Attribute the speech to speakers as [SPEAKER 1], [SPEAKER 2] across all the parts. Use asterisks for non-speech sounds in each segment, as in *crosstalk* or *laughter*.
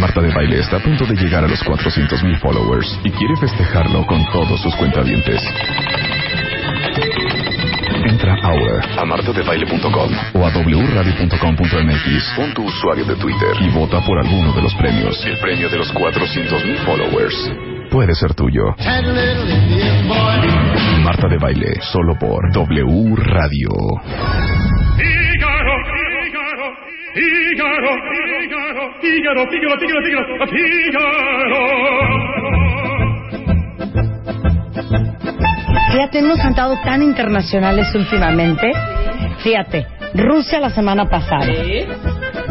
[SPEAKER 1] Marta de Baile está a punto de llegar a los 400 mil followers y quiere festejarlo con todos sus cuentavientes. Entra ahora a martadebaile.com o a wradio.com.mx
[SPEAKER 2] Pon tu usuario de Twitter.
[SPEAKER 1] y vota por alguno de los premios.
[SPEAKER 2] El premio de los 400 mil followers.
[SPEAKER 1] Puede ser tuyo. Marta de Baile, solo por W Radio.
[SPEAKER 3] Figaro, Figaro, Figaro, Figaro, Figaro, Figaro, Figaro, Figaro, Figaro.
[SPEAKER 4] Fíjate, hemos cantado tan internacionales últimamente. Fíjate, Rusia la semana pasada.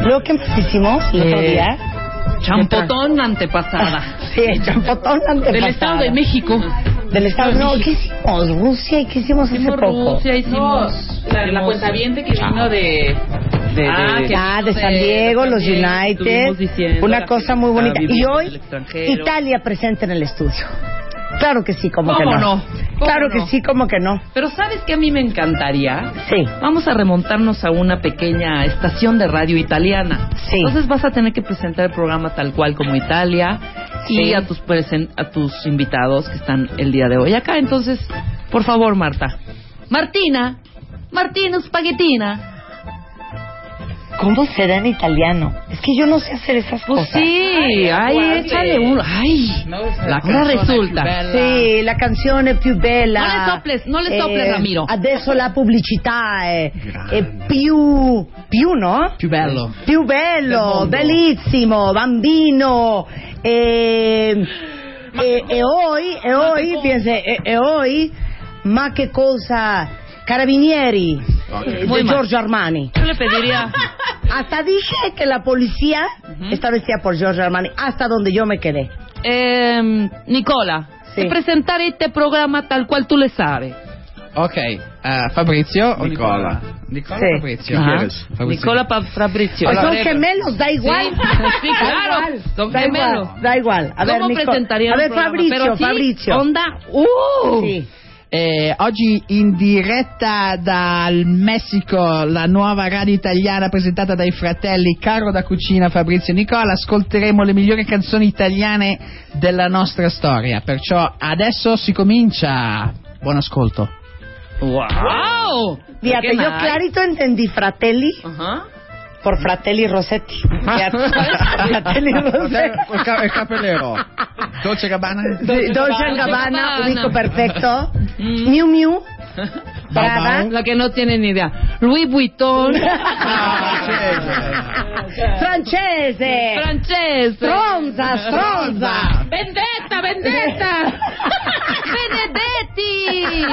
[SPEAKER 4] Luego que hicimos el otro
[SPEAKER 5] Sí.
[SPEAKER 4] día.
[SPEAKER 5] Champotón antepasada.
[SPEAKER 4] *laughs* Sí, el champotón antepasado.
[SPEAKER 5] Del Estado de México.
[SPEAKER 4] Del Estado.
[SPEAKER 5] de
[SPEAKER 4] No, ¿qué
[SPEAKER 5] México.
[SPEAKER 4] hicimos? Rusia y qué hicimos hace
[SPEAKER 5] Hicimos
[SPEAKER 4] poco.
[SPEAKER 5] Rusia, hicimos...
[SPEAKER 6] La, la cuentaviente que vino de...
[SPEAKER 5] de-
[SPEAKER 6] Ah,
[SPEAKER 5] de-
[SPEAKER 6] que-
[SPEAKER 4] Ah, de San
[SPEAKER 6] Sí,
[SPEAKER 4] Diego, los
[SPEAKER 6] también
[SPEAKER 4] United.
[SPEAKER 5] estuvimos diciendo
[SPEAKER 4] Una
[SPEAKER 5] la
[SPEAKER 4] cosa
[SPEAKER 5] gente
[SPEAKER 4] muy
[SPEAKER 5] estaba
[SPEAKER 4] bonita. Y
[SPEAKER 5] viviendo en
[SPEAKER 4] hoy,
[SPEAKER 5] el extranjero.
[SPEAKER 4] Italia presente en el estudio. Claro que sí, como que
[SPEAKER 5] ¿Cómo
[SPEAKER 4] no.
[SPEAKER 5] no? ¿Cómo
[SPEAKER 4] Claro
[SPEAKER 5] no?
[SPEAKER 4] que sí, como que no.
[SPEAKER 5] Pero ¿sabes qué a mí me encantaría?
[SPEAKER 4] Sí.
[SPEAKER 5] Vamos a remontarnos a una pequeña estación de radio italiana.
[SPEAKER 4] Sí.
[SPEAKER 5] Entonces vas a tener que presentar el programa tal cual como Italia
[SPEAKER 4] Sí.
[SPEAKER 5] y a tus presen- a tus invitados que están el día de hoy acá. Entonces, por favor, Marta. Martina, Martina Spaghettina.
[SPEAKER 4] ¿Cómo será en italiano? Es que yo no sé hacer esas
[SPEAKER 5] Pues
[SPEAKER 4] cosas.
[SPEAKER 5] sí, ay, échale uno. Ay,
[SPEAKER 6] No, esa
[SPEAKER 5] la
[SPEAKER 6] persona
[SPEAKER 5] cara resulta.
[SPEAKER 6] que bella.
[SPEAKER 4] Sì, la canzone più bella. Eh,
[SPEAKER 5] Non le soples, non le soples, Ramiro.
[SPEAKER 4] Adesso la pubblicità è, è più, più, no?
[SPEAKER 5] Più bello.
[SPEAKER 4] Più
[SPEAKER 5] Del
[SPEAKER 4] bello,
[SPEAKER 5] mondo.
[SPEAKER 4] bellissimo, bambino. E, e, e hoy, e hoy, piensa, e, e hoy, ma che cosa, carabinieri, eh,
[SPEAKER 5] Muy
[SPEAKER 4] di
[SPEAKER 5] mal.
[SPEAKER 4] Giorgio Armani.
[SPEAKER 5] Yo le *laughs* pediría...
[SPEAKER 4] Hasta dije que la policía
[SPEAKER 5] Ujú.
[SPEAKER 4] está vestida por Giorgio Armani, hasta donde yo me quedé.
[SPEAKER 5] Ehm, Nicola,
[SPEAKER 4] Sì.
[SPEAKER 5] di presentare il te programma tal qual tu le sai.
[SPEAKER 6] Ok, eh, Fabrizio o Nicola? Nicola
[SPEAKER 4] Sì.
[SPEAKER 6] o Fabrizio?
[SPEAKER 5] Ah.
[SPEAKER 6] Fabrizio.
[SPEAKER 5] Nicola Pa- Fabrizio.
[SPEAKER 6] Allora,
[SPEAKER 4] Son
[SPEAKER 6] Reba.
[SPEAKER 4] gemelos, da
[SPEAKER 5] Sí,
[SPEAKER 4] igual.
[SPEAKER 5] *laughs* sí, claro, son
[SPEAKER 4] da
[SPEAKER 5] gemelos.
[SPEAKER 4] Igual, da igual. A ver,
[SPEAKER 5] ¿Cómo
[SPEAKER 4] Nico-
[SPEAKER 5] presentaría
[SPEAKER 4] A ver,
[SPEAKER 5] el programa?
[SPEAKER 4] Fabrizio,
[SPEAKER 5] Pero sí,
[SPEAKER 4] Fabrizio.
[SPEAKER 5] Onda, uh,
[SPEAKER 4] Sì.
[SPEAKER 6] Eh, oggi in diretta dal Messico la nuova radio italiana presentata dai fratelli Caro da Cucina Fabrizio e Nicola ascolteremo le migliori canzoni italiane della nostra storia perciò adesso si comincia buon ascolto
[SPEAKER 5] Wow.
[SPEAKER 4] Fíjate,
[SPEAKER 5] ¿Qué
[SPEAKER 4] yo
[SPEAKER 5] más?
[SPEAKER 4] clarito entendí Fratelli
[SPEAKER 5] Ajá.
[SPEAKER 4] por Fratelli Rossetti.
[SPEAKER 5] *laughs*
[SPEAKER 4] Fíjate,
[SPEAKER 6] *laughs*
[SPEAKER 4] Fratelli Rossetti.
[SPEAKER 6] il, ca- il capellero Dolce Gabbana
[SPEAKER 4] Sí, Dolce Gabbana,
[SPEAKER 5] Gabbana.
[SPEAKER 4] ubico perfecto.
[SPEAKER 5] Mm.
[SPEAKER 4] Miu
[SPEAKER 5] *laughs*
[SPEAKER 4] Miu,
[SPEAKER 5] Brava.
[SPEAKER 4] Prada.
[SPEAKER 5] La que no tiene ni idea.
[SPEAKER 4] *laughs*
[SPEAKER 5] Louis Vuitton. Ah,
[SPEAKER 4] Francese.
[SPEAKER 5] Francese.
[SPEAKER 4] Stronza, stronza. *laughs*
[SPEAKER 5] Vendetta, vendetta. Benedetti.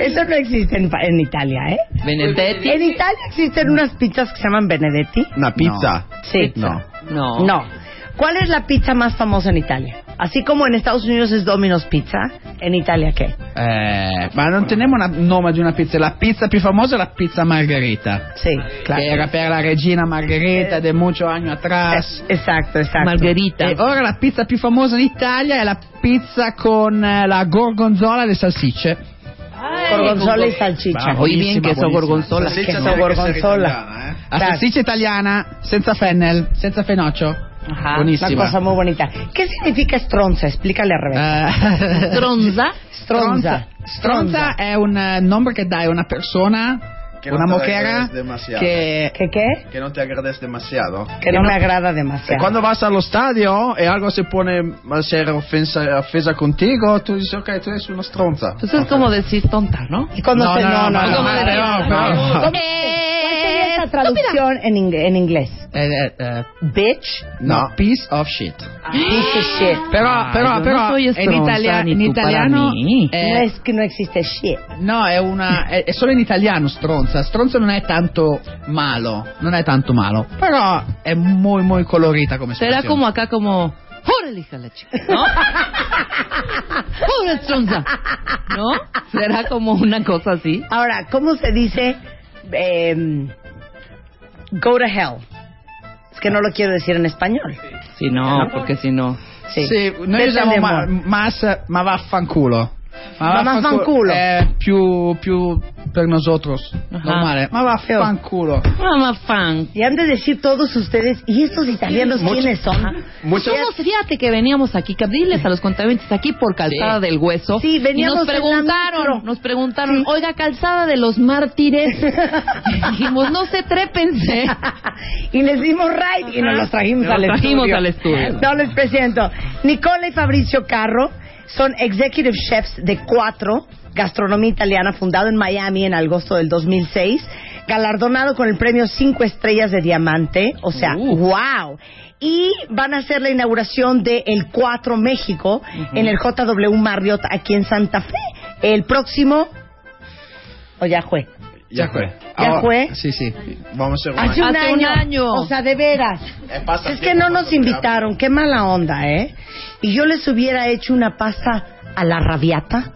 [SPEAKER 4] Eso no existe en, en Italia, ¿eh?
[SPEAKER 5] Benedetti.
[SPEAKER 4] En Italia existen unas pizzas que se llaman Benedetti.
[SPEAKER 6] una pizza
[SPEAKER 4] Sí.
[SPEAKER 5] No.
[SPEAKER 4] No. ¿Cuál es la pizza más famosa en Italia? Así como en Estados Unidos es Domino's Pizza, ¿en Italia qué?
[SPEAKER 6] Eh, ma non teniamo una- un nome di una pizza la pizza più famosa è la pizza margherita
[SPEAKER 4] Sí, claro.
[SPEAKER 6] che era per la regina Margherita de mucho año atrás.
[SPEAKER 4] Eh, Exacto, exacto.
[SPEAKER 5] Margherita.
[SPEAKER 4] Eh, oh,
[SPEAKER 6] E ora la pizza più famosa in Italia è la pizza con eh, la gorgonzola e le salsicce.
[SPEAKER 4] Gorgonzola y salchicha.
[SPEAKER 5] Oye, bien que eso
[SPEAKER 6] buonissima.
[SPEAKER 5] gorgonzola. Ah,
[SPEAKER 4] Salsiccia Queso deve gorgonzola. essere italiana,
[SPEAKER 6] La salsiccia italiana, senza fennel, senza fenoccio.
[SPEAKER 5] Ajá.
[SPEAKER 4] Una
[SPEAKER 6] Buonissima.
[SPEAKER 4] cosa muy bonita. ¿Qué significa stronza? Explícale al
[SPEAKER 5] Ah,
[SPEAKER 4] revés.
[SPEAKER 6] *laughs* Eh,
[SPEAKER 5] Stronza.
[SPEAKER 4] Stronza.
[SPEAKER 6] Stronza è un eh, nome che dai a una persona,
[SPEAKER 7] Che
[SPEAKER 6] una
[SPEAKER 7] non te
[SPEAKER 6] mochera,
[SPEAKER 7] regales demasiado.
[SPEAKER 5] eh,
[SPEAKER 6] che...
[SPEAKER 4] ¿Qué qué?
[SPEAKER 7] Que no te agradezca demasiado.
[SPEAKER 4] Que no me agrada demasiado.
[SPEAKER 7] Cuando vas allo stadio e algo se pone a ser offensa, offesa contigo, tú dices, ok, tú eres una stronza.
[SPEAKER 5] Entonces es como decir tonta, ¿no?
[SPEAKER 4] Y cuando
[SPEAKER 6] No,
[SPEAKER 4] se... No,
[SPEAKER 6] no, no,
[SPEAKER 4] no,
[SPEAKER 6] no,
[SPEAKER 4] no.
[SPEAKER 6] no, no, no.
[SPEAKER 4] ¿Cómo- ¿Cuál sería esa la traducción en, ing- en inglés.
[SPEAKER 6] *laughs* Eh, eh, eh,
[SPEAKER 4] Bitch,
[SPEAKER 6] no, piece of shit.
[SPEAKER 4] piece of shit.
[SPEAKER 6] Però,
[SPEAKER 5] Ah,
[SPEAKER 6] però,
[SPEAKER 5] io
[SPEAKER 6] però
[SPEAKER 5] non so io
[SPEAKER 6] in,
[SPEAKER 5] stronza,
[SPEAKER 6] italia-
[SPEAKER 5] ni
[SPEAKER 6] in
[SPEAKER 5] tu
[SPEAKER 6] italiano
[SPEAKER 5] parani.
[SPEAKER 6] eh,
[SPEAKER 4] No es que no existe shit.
[SPEAKER 6] No, è una. È, è solo in italiano stronza. Stronza non è tanto malo. Non è tanto malo. Però è muy, muy colorita come
[SPEAKER 5] Será
[SPEAKER 6] espressione.
[SPEAKER 5] como acá, como. ¡Órale, hija de la chica! ¿No?
[SPEAKER 4] *laughs*
[SPEAKER 5] ¡Órale, stronza! ¿No? Será como una cosa así.
[SPEAKER 4] Ahora, ¿cómo se dice em, go to hell? Es que no lo quiero decir en español.
[SPEAKER 5] Si no, porque si no.
[SPEAKER 4] Sì.
[SPEAKER 6] Sì, noi
[SPEAKER 4] Vete
[SPEAKER 6] usiamo
[SPEAKER 4] al
[SPEAKER 6] ma,
[SPEAKER 4] demon.
[SPEAKER 6] mas, ma vaffanculo.
[SPEAKER 4] Ma vaffanculo. Ah.
[SPEAKER 6] È più, più per nosotros. Normale. Ma vaffanculo.
[SPEAKER 5] Mamá fan.
[SPEAKER 4] Y han de decir todos ustedes, ¿y estos italianos quiénes son?
[SPEAKER 8] Muchas,
[SPEAKER 5] Somos, fíjate que veníamos aquí, que diles a los contabientes aquí por Calzada del Hueso.
[SPEAKER 4] Sí, veníamos
[SPEAKER 5] Y nos
[SPEAKER 4] en la micro.
[SPEAKER 5] preguntaron, nos preguntaron, oiga, Calzada de
[SPEAKER 4] *laughs*
[SPEAKER 5] los Mártires. Dijimos, no se trépense.
[SPEAKER 4] y les dimos ride y nos los trajimos,
[SPEAKER 5] Nos
[SPEAKER 4] al,
[SPEAKER 5] trajimos
[SPEAKER 4] estudio.
[SPEAKER 5] al estudio.
[SPEAKER 4] No les presento. Nicole y Fabricio Carro son executive chefs de Cuatro, gastronomía italiana, fundado en Miami en agosto del 2006, galardonado con el premio Cinco Estrellas de Diamante, o sea,
[SPEAKER 5] Uh.
[SPEAKER 4] wow. Y van a hacer la inauguración de El Cuatro México en el JW Marriott aquí en Santa Fe el próximo... ¿O ya fue?
[SPEAKER 8] ya fue.
[SPEAKER 4] ¿Ya fue?
[SPEAKER 6] Oh, Sì, sì.
[SPEAKER 8] Vamos a hacer
[SPEAKER 4] Hace
[SPEAKER 8] una.
[SPEAKER 4] un,
[SPEAKER 5] Hace un
[SPEAKER 4] año.
[SPEAKER 5] año.
[SPEAKER 4] O sea, de veras.
[SPEAKER 8] Eh, pasa
[SPEAKER 4] Es que no nos invitaron. Qué mala onda, ¿eh? Y yo les hubiera hecho una pasta a la rabiata.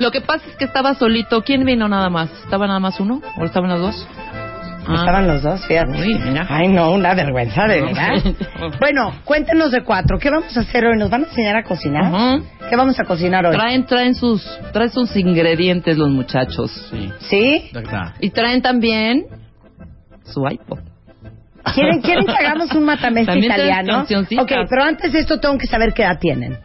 [SPEAKER 5] Lo que pasa es que estaba solito. ¿Quién vino nada más? ¿Estaba nada más uno? ¿O estaban las dos? Ah.
[SPEAKER 4] Estaban los dos, fíjate.
[SPEAKER 5] Uy, mira.
[SPEAKER 4] Ay, no, una vergüenza de
[SPEAKER 5] No,
[SPEAKER 4] verdad.
[SPEAKER 5] sí.
[SPEAKER 4] Bueno, cuéntenos de cuatro. ¿Qué vamos a hacer hoy? ¿Nos van a enseñar a cocinar?
[SPEAKER 5] Ajá.
[SPEAKER 4] ¿Qué vamos a cocinar hoy?
[SPEAKER 5] Traen, traen sus, traen sus ingredientes los muchachos.
[SPEAKER 4] ¿Sí?
[SPEAKER 8] Ah.
[SPEAKER 5] Y traen también su iPod.
[SPEAKER 4] ¿Quieren, ¿Quieren que hagamos un matamesta
[SPEAKER 5] También traen
[SPEAKER 4] italiano?
[SPEAKER 5] cancioncitas.
[SPEAKER 4] Ok, pero antes de esto tengo que saber qué edad tienen.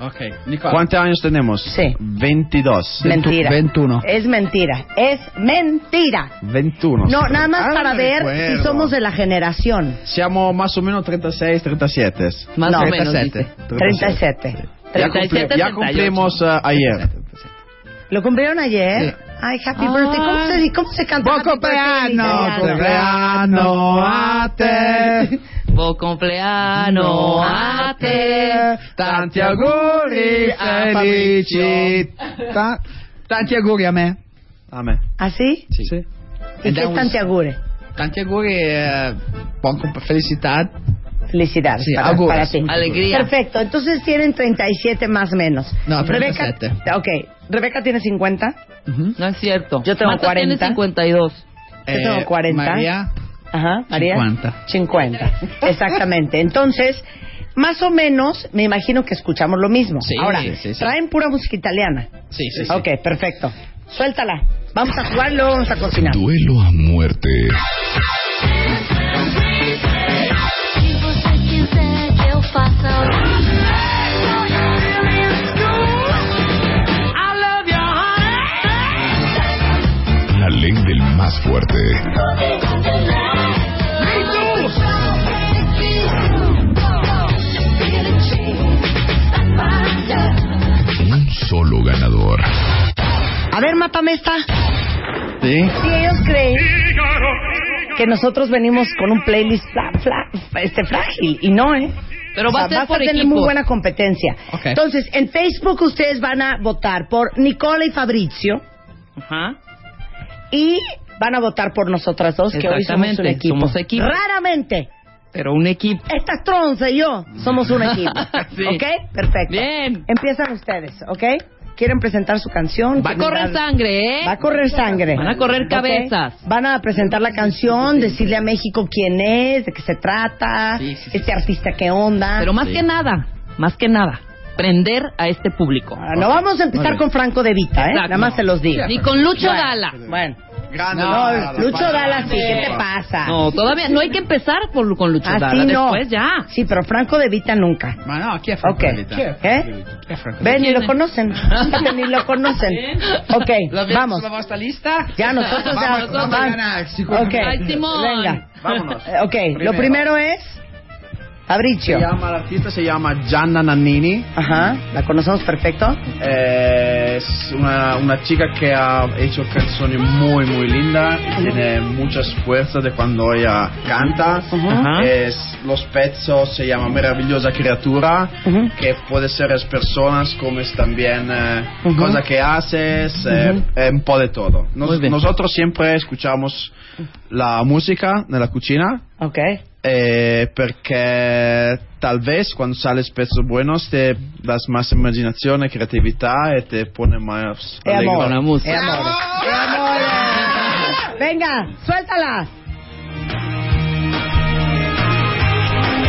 [SPEAKER 6] Ok,
[SPEAKER 8] ¿Cuántos años tenemos?
[SPEAKER 4] Sí.
[SPEAKER 8] 22.
[SPEAKER 4] Mentira.
[SPEAKER 6] 21.
[SPEAKER 4] Es mentira. Es mentira.
[SPEAKER 8] 21.
[SPEAKER 6] Pues,
[SPEAKER 4] No, nada más
[SPEAKER 8] Ah,
[SPEAKER 4] para
[SPEAKER 8] me
[SPEAKER 4] ver
[SPEAKER 8] recuerdo.
[SPEAKER 4] si somos de la generación.
[SPEAKER 8] Siamo más o menos 36, 37.
[SPEAKER 5] Más
[SPEAKER 4] No,
[SPEAKER 5] o menos,
[SPEAKER 6] 37.
[SPEAKER 5] dice.
[SPEAKER 4] 37.
[SPEAKER 8] Ya, cumpli-
[SPEAKER 5] 37,
[SPEAKER 8] ya
[SPEAKER 5] 38.
[SPEAKER 8] cumplimos eh, ayer.
[SPEAKER 4] ¿Lo cumplieron ayer? Ay, happy
[SPEAKER 5] Ay.
[SPEAKER 4] birthday. ¿Cómo se, cómo se canta?
[SPEAKER 6] Buon
[SPEAKER 4] happy birthday en
[SPEAKER 6] compleanno,
[SPEAKER 4] italiano?
[SPEAKER 6] compleanno a
[SPEAKER 5] *laughs*
[SPEAKER 6] te.
[SPEAKER 5] Buon compleanno a te.
[SPEAKER 6] Tanti auguri
[SPEAKER 5] A
[SPEAKER 6] felici. Ta- tanti auguri a me.
[SPEAKER 8] A me.
[SPEAKER 4] ¿Así?
[SPEAKER 6] Sì.
[SPEAKER 4] ¿Y qué es Tantiagure?
[SPEAKER 6] Tanti auguri e buon comp- felicità.
[SPEAKER 4] Felicidades
[SPEAKER 6] Sí,
[SPEAKER 4] para,
[SPEAKER 6] augures.
[SPEAKER 4] para ti.
[SPEAKER 5] Alegría.
[SPEAKER 4] Perfecto, entonces tienen 37 más menos.
[SPEAKER 6] No, 37.
[SPEAKER 4] Rebeca, ok, Rebeca tiene 50.
[SPEAKER 6] Mm-hmm.
[SPEAKER 5] No es cierto.
[SPEAKER 4] Yo tengo
[SPEAKER 5] Marta tiene
[SPEAKER 4] 40.
[SPEAKER 5] 52.
[SPEAKER 4] Yo tengo
[SPEAKER 6] Eh,
[SPEAKER 4] 40.
[SPEAKER 6] Maria,
[SPEAKER 4] Ajá, María.
[SPEAKER 6] 50.
[SPEAKER 4] 50, exactamente. Entonces, más o menos, me imagino que escuchamos lo mismo.
[SPEAKER 6] Sí,
[SPEAKER 4] Ahora,
[SPEAKER 6] sí, sí.
[SPEAKER 4] traen pura música italiana.
[SPEAKER 6] sì, sì, sì.
[SPEAKER 4] Ok, perfecto. Suéltala. Vamos a jugar, luego vamos a cocinar.
[SPEAKER 1] eh.
[SPEAKER 9] Duelo a muerte.
[SPEAKER 1] Se você quiser que eu faça
[SPEAKER 9] La ley del más fuerte. Un solo ganador.
[SPEAKER 4] A ver, mátame esta.
[SPEAKER 6] Sì.
[SPEAKER 4] Si ellos creen
[SPEAKER 10] Figaro,
[SPEAKER 4] que nosotros venimos con un playlist fla- fla- este frágil, y no, ¿eh?
[SPEAKER 5] Pero
[SPEAKER 4] O
[SPEAKER 5] va
[SPEAKER 4] sea,
[SPEAKER 5] a ser
[SPEAKER 4] vas
[SPEAKER 5] por
[SPEAKER 4] a tener
[SPEAKER 5] equipos.
[SPEAKER 4] muy buena competencia.
[SPEAKER 6] Ok.
[SPEAKER 4] Entonces, en Facebook ustedes van a votar por Nicola y Fabrizio
[SPEAKER 5] Ajá.
[SPEAKER 4] y van a votar por nosotras dos, que hoy somos un
[SPEAKER 5] Exactamente,
[SPEAKER 4] equipo.
[SPEAKER 5] somos equipo.
[SPEAKER 4] Raramente.
[SPEAKER 5] Pero un equipo.
[SPEAKER 4] Esta tronza y yo somos un equipo.
[SPEAKER 5] *laughs* Sí.
[SPEAKER 4] ¿Ok? Perfecto.
[SPEAKER 6] Eh,
[SPEAKER 5] Bien.
[SPEAKER 4] Empiezan ustedes, ¿ok? ¿Quieren presentar su canción?
[SPEAKER 5] Va a
[SPEAKER 4] ¿Quieren dar-
[SPEAKER 5] correr sangre, ¿eh?
[SPEAKER 4] Va a correr sangre.
[SPEAKER 5] Van a correr
[SPEAKER 4] Ok.
[SPEAKER 5] cabezas.
[SPEAKER 4] Van a presentar la canción, decirle a México quién es, de qué se trata,
[SPEAKER 6] Sí, sí, sí,
[SPEAKER 4] este artista qué onda.
[SPEAKER 5] Pero más que nada, más que nada, prender a este público.
[SPEAKER 4] Ahora, Ah, no vamos a empezar con Franco De Vita, ¿eh?
[SPEAKER 5] Exacto.
[SPEAKER 4] Nada más se los digo.
[SPEAKER 5] Ni con Lucho Gala.
[SPEAKER 4] Bueno,
[SPEAKER 8] Grande.
[SPEAKER 4] no, Lucho Dala sí, ¿qué te pasa?
[SPEAKER 5] No, todavía no hay que empezar por, con Lucho Dalla.
[SPEAKER 4] Así no.
[SPEAKER 5] Después ya.
[SPEAKER 4] Sí, pero Franco De Vita nunca.
[SPEAKER 6] Ma no, chi è Franco
[SPEAKER 4] Ok.
[SPEAKER 6] Levita?
[SPEAKER 4] ¿Eh?
[SPEAKER 6] Chi è Franco
[SPEAKER 4] Ven, ni
[SPEAKER 5] ¿Quién
[SPEAKER 4] lo
[SPEAKER 5] es? *laughs*
[SPEAKER 4] conocen. *laughs* Fíjate, ni lo conocen. Ok,
[SPEAKER 6] L'avete
[SPEAKER 4] vamos.
[SPEAKER 6] sulla vostra lista?
[SPEAKER 4] Ya
[SPEAKER 6] *laughs*
[SPEAKER 4] nosotros ya.
[SPEAKER 6] Vamos, vamos a ganar, sicuramente.
[SPEAKER 4] Ok,
[SPEAKER 5] Ay, Simón.
[SPEAKER 4] Venga.
[SPEAKER 8] Vámonos.
[SPEAKER 4] Eh, Ok, lo primero es Fabrizio.
[SPEAKER 6] Se llama, la artista si chiama Gianna Nannini,
[SPEAKER 4] Ajá, la conocemos perfecto.
[SPEAKER 6] eh, es una, una chica que ha hecho canciones muy muy lindas, y tiene muchas fuerzas de cuando ella canta.
[SPEAKER 5] Ujú.
[SPEAKER 6] Es- los pezos se llama Meravigliosa Criatura,
[SPEAKER 4] Ujú.
[SPEAKER 6] que puede ser las personas, como es también eh,
[SPEAKER 4] Ujú.
[SPEAKER 6] cosa que haces, eh, eh, un po' de todo. Nos-
[SPEAKER 5] Muy bien.
[SPEAKER 6] nosotros siempre escuchamos la música en la cocina.
[SPEAKER 4] Ok.
[SPEAKER 6] Eh, perché tal vez quando sale spesso buenos te das más immaginazione, creatività e te pone más
[SPEAKER 4] E
[SPEAKER 6] alegre.
[SPEAKER 4] amor.
[SPEAKER 5] Con la música.
[SPEAKER 4] E amor. E amor. Venga, suéltala.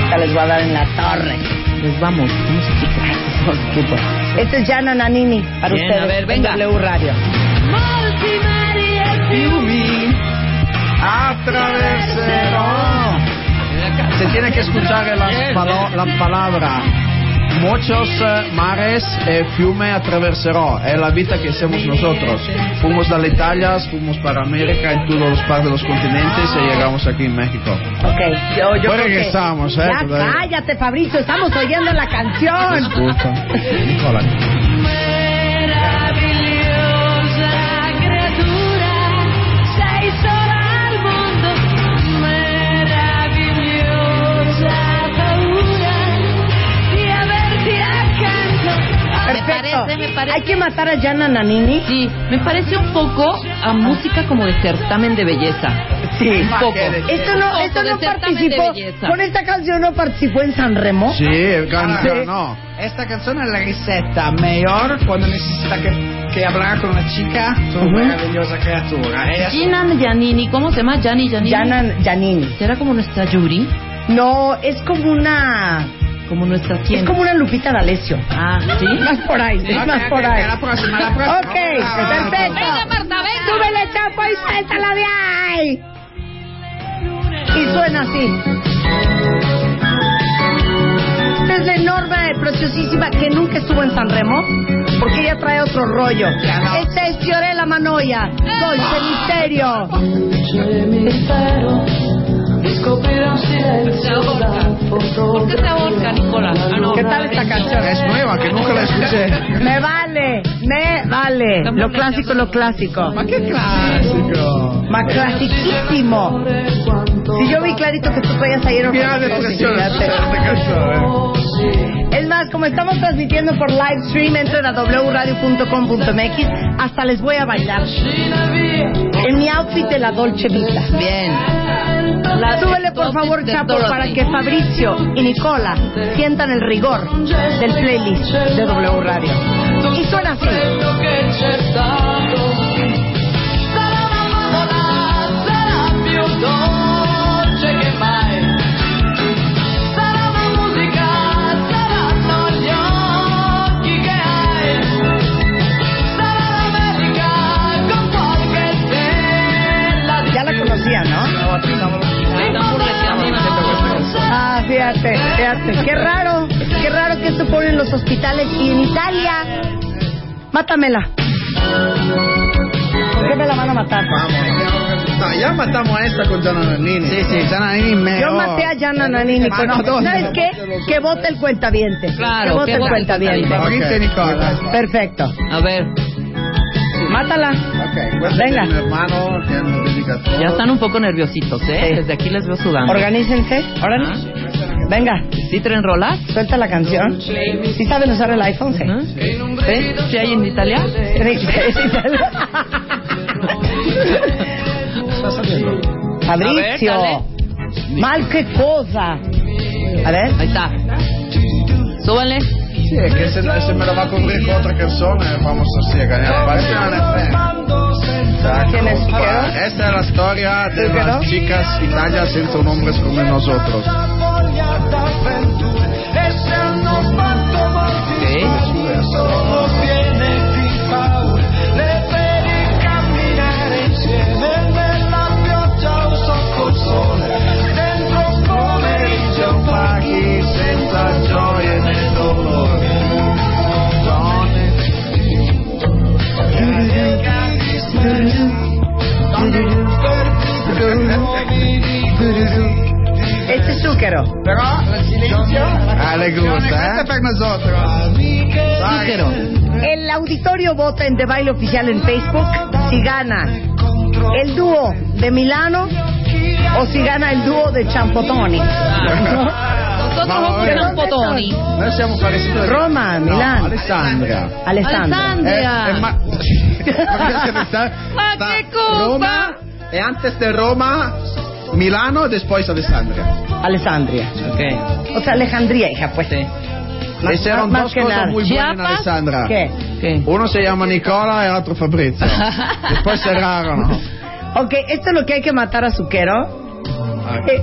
[SPEAKER 4] Esta les voy a dar en la torre.
[SPEAKER 5] Pues
[SPEAKER 4] *laughs*
[SPEAKER 5] vamos, música.
[SPEAKER 4] Este es Gianna Nanini para
[SPEAKER 5] Bien,
[SPEAKER 4] ustedes.
[SPEAKER 5] a ver,
[SPEAKER 4] en
[SPEAKER 5] venga.
[SPEAKER 4] W Radio.
[SPEAKER 6] Attraverserò. Se tiene que escuchar la, palo- la palabra. Muchos eh, mares e fiume attraverserò. È la vita che siamo nosotros. Fuimos dalla Italia, fuimos para América, en todos los partes de los continentes e llegamos aquí en México.
[SPEAKER 4] Ok, yo, yo
[SPEAKER 6] Pues
[SPEAKER 4] creo que-
[SPEAKER 6] regresamos, ¿eh?
[SPEAKER 4] Ya
[SPEAKER 6] Todavía.
[SPEAKER 4] cállate, Fabricio, estamos oyendo la canción.
[SPEAKER 6] Disculpa.
[SPEAKER 11] Meravigliosa creatura, sei sola al mondo, meravigliosa paura di averti accanto.
[SPEAKER 4] Perfecto.
[SPEAKER 5] parece, me parece.
[SPEAKER 4] Hay que matar a Gianna Nanini.
[SPEAKER 5] Sí, me parece un poco a música como de certamen de belleza.
[SPEAKER 4] Sí.
[SPEAKER 5] Un poco.
[SPEAKER 4] Esto no, esto
[SPEAKER 5] Un
[SPEAKER 4] no
[SPEAKER 5] poco de certamen
[SPEAKER 4] participó.
[SPEAKER 5] de belleza.
[SPEAKER 4] Con esta canción no participó en San Remo.
[SPEAKER 6] Sí, el canto,
[SPEAKER 4] Sí.
[SPEAKER 6] no.
[SPEAKER 12] Esta canzone la risetta Mayor quando necessita che, che avrà con una chica su
[SPEAKER 4] Mhm.
[SPEAKER 12] meravigliosa creatura. E adesso-
[SPEAKER 5] Gina Giannini, ¿cómo se llama? Gianni Giannini.
[SPEAKER 4] Gianna Giannini.
[SPEAKER 5] ¿Será como nuestra Yuri?
[SPEAKER 4] No, es como una.
[SPEAKER 5] Como nuestra
[SPEAKER 4] Es
[SPEAKER 5] tienda.
[SPEAKER 4] como una Lupita D'Alessio.
[SPEAKER 5] Ah, ¿sí?
[SPEAKER 4] Más por ahí, es más
[SPEAKER 12] ok, ok,
[SPEAKER 4] por ahí.
[SPEAKER 12] la próxima, la próxima.
[SPEAKER 4] Ok, perfecto.
[SPEAKER 5] Venga, Marta, venga.
[SPEAKER 4] Súbele, chapo, y suéltala de ahí. Y suena así. Esta es la enorme, preciosísima, que nunca estuvo en San Remo, porque ella trae otro rollo. Esta es Fiorella Manoia, Dolce Misterio.
[SPEAKER 5] ¿Por qué te ahorca, Nicola? Ah, no.
[SPEAKER 4] ¿Qué tal esta canción?
[SPEAKER 6] Es nueva, que nunca la escuché.
[SPEAKER 4] Me vale, me vale. Lo clásico, lo clásico.
[SPEAKER 12] Ma che classico!
[SPEAKER 4] Más clasiquísimo. Si yo vi clarito que tú traías ayer un
[SPEAKER 6] Grande presión. Esta canción,
[SPEAKER 4] Es más, como estamos transmitiendo por live stream, entren a wradio.com.mx. Hasta les voy a bailar. En mi outfit de la Dolce Vita.
[SPEAKER 5] Bien.
[SPEAKER 4] Súbele, por favor, Chapo, para que Fabricio y Nicola sientan el rigor del playlist de W Radio. Y suena así. Ya la conocía, ¿no? Ah, fíjate, fíjate. Qué raro, qué raro que esto ponen en los hospitales y en Italia. Mátamela. ¿Por qué me la van a matar?
[SPEAKER 6] Vamos. No, ya matamos a esta con Gianna Nannini. oh,
[SPEAKER 12] Sì, sì, sono in me.
[SPEAKER 4] Yo maté a Gianna Nanini.
[SPEAKER 12] Ah, no,
[SPEAKER 4] con-
[SPEAKER 12] dos.
[SPEAKER 4] ¿Sabes qué? Que vote el cuentaviente.
[SPEAKER 5] Claro,
[SPEAKER 4] que vote
[SPEAKER 5] que
[SPEAKER 4] el
[SPEAKER 5] vote el
[SPEAKER 4] cuentaviente.
[SPEAKER 6] Ok.
[SPEAKER 12] Maurizio e Nicola.
[SPEAKER 4] Perfecto.
[SPEAKER 5] A ver,
[SPEAKER 4] Mátala.
[SPEAKER 6] Ok, questo
[SPEAKER 4] Venga.
[SPEAKER 6] è mio hermano che hanno dedicato.
[SPEAKER 5] ya están un poco nerviositos, ¿eh? Desde aquí les veo sudando.
[SPEAKER 4] Organícense. Órale.
[SPEAKER 5] Ah,
[SPEAKER 4] Venga,
[SPEAKER 5] ¿Sí traen
[SPEAKER 4] *laughs*
[SPEAKER 5] rolas?
[SPEAKER 4] suelta la canción. ¿Sí saben usar el iPhone? Sí.
[SPEAKER 5] ¿No? ¿Sí? ¿Sí hay en Italia?
[SPEAKER 4] Fabrizio.
[SPEAKER 5] *laughs* A ver,
[SPEAKER 4] Mal che cosa. A ver.
[SPEAKER 5] Ahí está. Súbanle.
[SPEAKER 6] Sì, è che se, eh, se me la va a coprire con altra canzone, vamos così a ganare parte.
[SPEAKER 4] ¿Quién es?
[SPEAKER 6] Ecco, Questa è la storia delle chicas Italia senza un hombre come nosotros.
[SPEAKER 5] Sí.
[SPEAKER 13] eh,
[SPEAKER 4] Es Ese Este es Zúquero.
[SPEAKER 12] Però il silenzio
[SPEAKER 6] Ah, le gusta,
[SPEAKER 12] Questo
[SPEAKER 6] eh?
[SPEAKER 12] è per nosotros. Zucchero.
[SPEAKER 4] El auditorio vota en The Baile Oficial en Facebook si gana el dúo de Milano o si gana el dúo de Champotoni.
[SPEAKER 5] Nosotros
[SPEAKER 6] Ma
[SPEAKER 5] vamos a
[SPEAKER 6] vabbè.
[SPEAKER 5] un potoni.
[SPEAKER 6] Noi siamo parecchi
[SPEAKER 4] Roma, Milano.
[SPEAKER 6] Alessandra.
[SPEAKER 4] Alessandro.
[SPEAKER 6] Eh,
[SPEAKER 5] Andrea.
[SPEAKER 6] eh, ma...
[SPEAKER 4] *laughs*
[SPEAKER 5] Ma
[SPEAKER 6] Sta
[SPEAKER 5] che colpa?
[SPEAKER 6] Roma e antes de Roma Milano e después Alessandra.
[SPEAKER 4] Alessandria.
[SPEAKER 5] Ok.
[SPEAKER 4] O sea, Alejandría, hija, pues. Más-
[SPEAKER 6] e c'erano
[SPEAKER 4] más-
[SPEAKER 6] due
[SPEAKER 4] más che
[SPEAKER 6] cose
[SPEAKER 4] nada.
[SPEAKER 6] muy buone in
[SPEAKER 5] Chiapas?
[SPEAKER 6] Alessandra.
[SPEAKER 4] ¿Qué?
[SPEAKER 5] Ok.
[SPEAKER 6] Uno si chiama Nicola e l'altro
[SPEAKER 4] *laughs*
[SPEAKER 6] Fabrizio. e poi cerrarono.
[SPEAKER 4] Ok, esto es lo que hay que matar a Zuquero. Eh,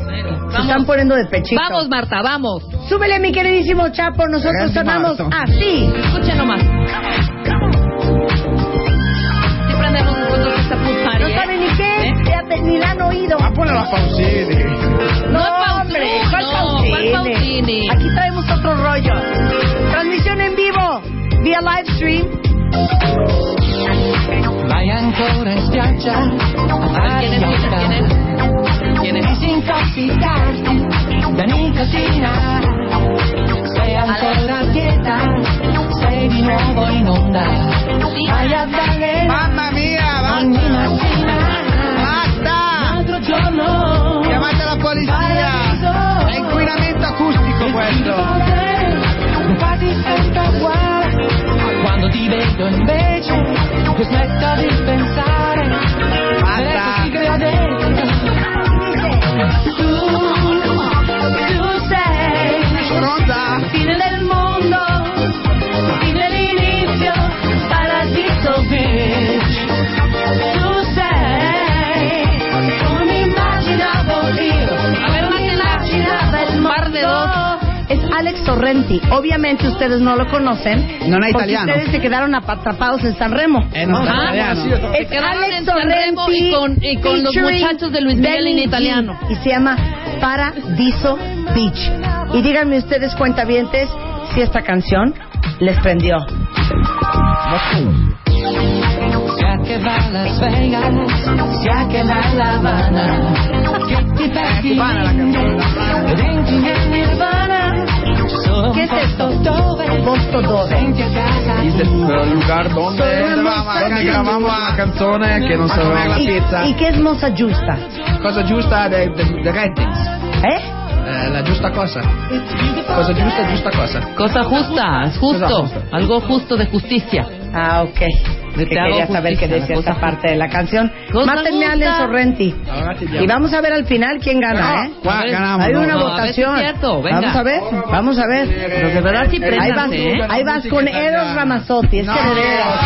[SPEAKER 4] se están poniendo de pechito.
[SPEAKER 5] Vamos, Marta, vamos.
[SPEAKER 4] Súbele, mi queridísimo Chapo. Nosotros
[SPEAKER 6] Grande
[SPEAKER 4] sonamos
[SPEAKER 6] Marto.
[SPEAKER 4] así.
[SPEAKER 5] Escuchen nomás. Siempre andamos nosotros en esta puta
[SPEAKER 4] No saben ni qué.
[SPEAKER 5] ¿Eh?
[SPEAKER 4] Fíjate, ni la han oído.
[SPEAKER 6] Ma pure la Pausini.
[SPEAKER 5] No,
[SPEAKER 4] hombre,
[SPEAKER 5] Ah, Pausini,
[SPEAKER 4] ¿cuál
[SPEAKER 5] no, ¿cuál
[SPEAKER 4] Pausini?
[SPEAKER 5] Pausini?
[SPEAKER 4] Aquí traemos otro rollo. Transmisión en vivo, vía live stream.
[SPEAKER 12] Vai ancora in spiaggia a
[SPEAKER 5] ¿Quién es? ¿Quién es? ¿Quién es?
[SPEAKER 12] disintossicarti da nicotina. Sei
[SPEAKER 5] Ah,
[SPEAKER 12] ancora a dieta, sei di nuovo in onda. Vai a dare
[SPEAKER 6] Mamma mia,
[SPEAKER 4] Ah,
[SPEAKER 12] ogni mattina,
[SPEAKER 6] basta!
[SPEAKER 12] altro giorno.
[SPEAKER 6] Chiamate la polizia! È
[SPEAKER 12] Paradiso,
[SPEAKER 6] inquinamento acustico questo!
[SPEAKER 12] non fatti sempre uguale. Quando ti vedo invece, io smetto di pensare. Adesso ti crea dentro.
[SPEAKER 11] Tu sei
[SPEAKER 6] Pronta?
[SPEAKER 11] fine del mondo, fine l'inizio, paradiso beach. Tu sei come immaginavo io, come immaginaba il
[SPEAKER 5] Par de dos.
[SPEAKER 4] Es Alex Torrenti. Obviamente ustedes no lo conocen.
[SPEAKER 6] Non è
[SPEAKER 4] porque
[SPEAKER 6] italiano.
[SPEAKER 4] Ustedes se quedaron atrapados en San Remo.
[SPEAKER 6] Eh, non
[SPEAKER 5] Ah,
[SPEAKER 6] italiano.
[SPEAKER 5] Se quedaron en San Remo y con- y con los
[SPEAKER 4] featuring
[SPEAKER 5] muchachos de Luis Miguel en
[SPEAKER 4] Benny G.
[SPEAKER 5] italiano.
[SPEAKER 4] Y se llama Paradiso Beach. Y díganme ustedes, cuentavientes, si esta canción les prendió.
[SPEAKER 12] Sia che va Las Vegas, sia che va La Habana, che ti perdi dentro nel nirvana, solo
[SPEAKER 4] ¿Qué
[SPEAKER 12] un
[SPEAKER 4] es esto?
[SPEAKER 12] posto dove
[SPEAKER 4] Posto dove.
[SPEAKER 12] senti a casa
[SPEAKER 6] Il lugar donde
[SPEAKER 4] Sono
[SPEAKER 6] donde gravamo la canzone che non sapevamo
[SPEAKER 4] ¿Y, y qué es Moza Justa?
[SPEAKER 6] Cosa giusta dei dei- dei ratings.
[SPEAKER 4] ¿Eh?
[SPEAKER 6] Eh, la giusta cosa. Cosa giusta, giusta cosa.
[SPEAKER 5] Cosa justa, es
[SPEAKER 6] Cosa
[SPEAKER 5] justo.
[SPEAKER 6] justa.
[SPEAKER 5] Algo justo de justicia.
[SPEAKER 4] Ah, ok.
[SPEAKER 5] Le
[SPEAKER 4] Que
[SPEAKER 5] te hago
[SPEAKER 4] quería saber qué
[SPEAKER 5] justicia,
[SPEAKER 4] decía
[SPEAKER 5] la cosa
[SPEAKER 4] esta parte de la canción.
[SPEAKER 5] Cosa
[SPEAKER 4] Mátenme a Alex
[SPEAKER 5] justa.
[SPEAKER 4] Sorrenti.
[SPEAKER 6] Allora ti diamo.
[SPEAKER 4] Y vamos a ver al final quién gana, ¿eh?
[SPEAKER 6] No, qua ganamos.
[SPEAKER 4] Hay una
[SPEAKER 5] no, a ver si es
[SPEAKER 4] votación.
[SPEAKER 5] cierto, venga.
[SPEAKER 4] Vamos a ver, vamos a ver.
[SPEAKER 6] Pero de verdad sí
[SPEAKER 4] ahí vas,
[SPEAKER 5] préndanse, ¿eh?
[SPEAKER 4] ahí vas con Eros Ramazzotti. Es que de veras.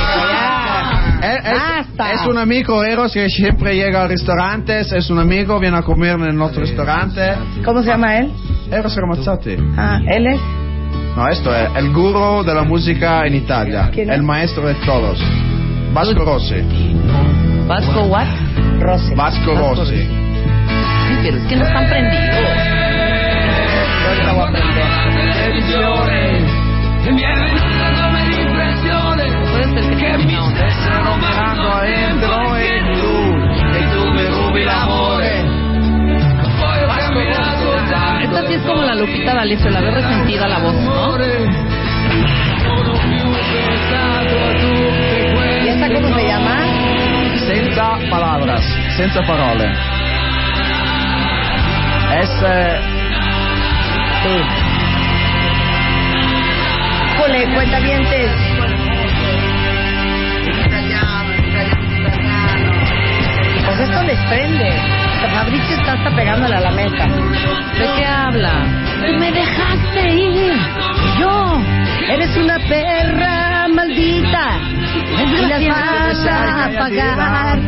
[SPEAKER 6] Eh, es-
[SPEAKER 4] Basta.
[SPEAKER 6] Es un amigo Eros que siempre llega a restaurantes, es un amigo, viene a comer en nuestro restaurante.
[SPEAKER 4] ¿Cómo se llama él?
[SPEAKER 6] Eros Ramazzotti.
[SPEAKER 4] Ah, él es.
[SPEAKER 6] No, esto es el guru de la música en Italia,
[SPEAKER 4] ¿Quién es?
[SPEAKER 6] el maestro de todos. Vasco Rossi.
[SPEAKER 5] Vasco, what?
[SPEAKER 4] Rossi.
[SPEAKER 6] Vasco Rossi.
[SPEAKER 5] Sí, pero es que no están prendidos. Puede ser que tengan
[SPEAKER 4] ¿eh?
[SPEAKER 5] una onda. Esta sí es como la Lupita D'Alessio, la veo resentida la voz, ¿no?
[SPEAKER 4] ¿Y esta cómo se llama?
[SPEAKER 6] Senza palabras, senza parole. Es eh,
[SPEAKER 4] Híjole, cuentavientes. Pues esto les prende. Fabricio está hasta pegándole a la mesa.
[SPEAKER 5] ¿De qué habla?
[SPEAKER 4] Tú me dejaste ir. y Yo, eres una perra maldita. Y las vas a pagar.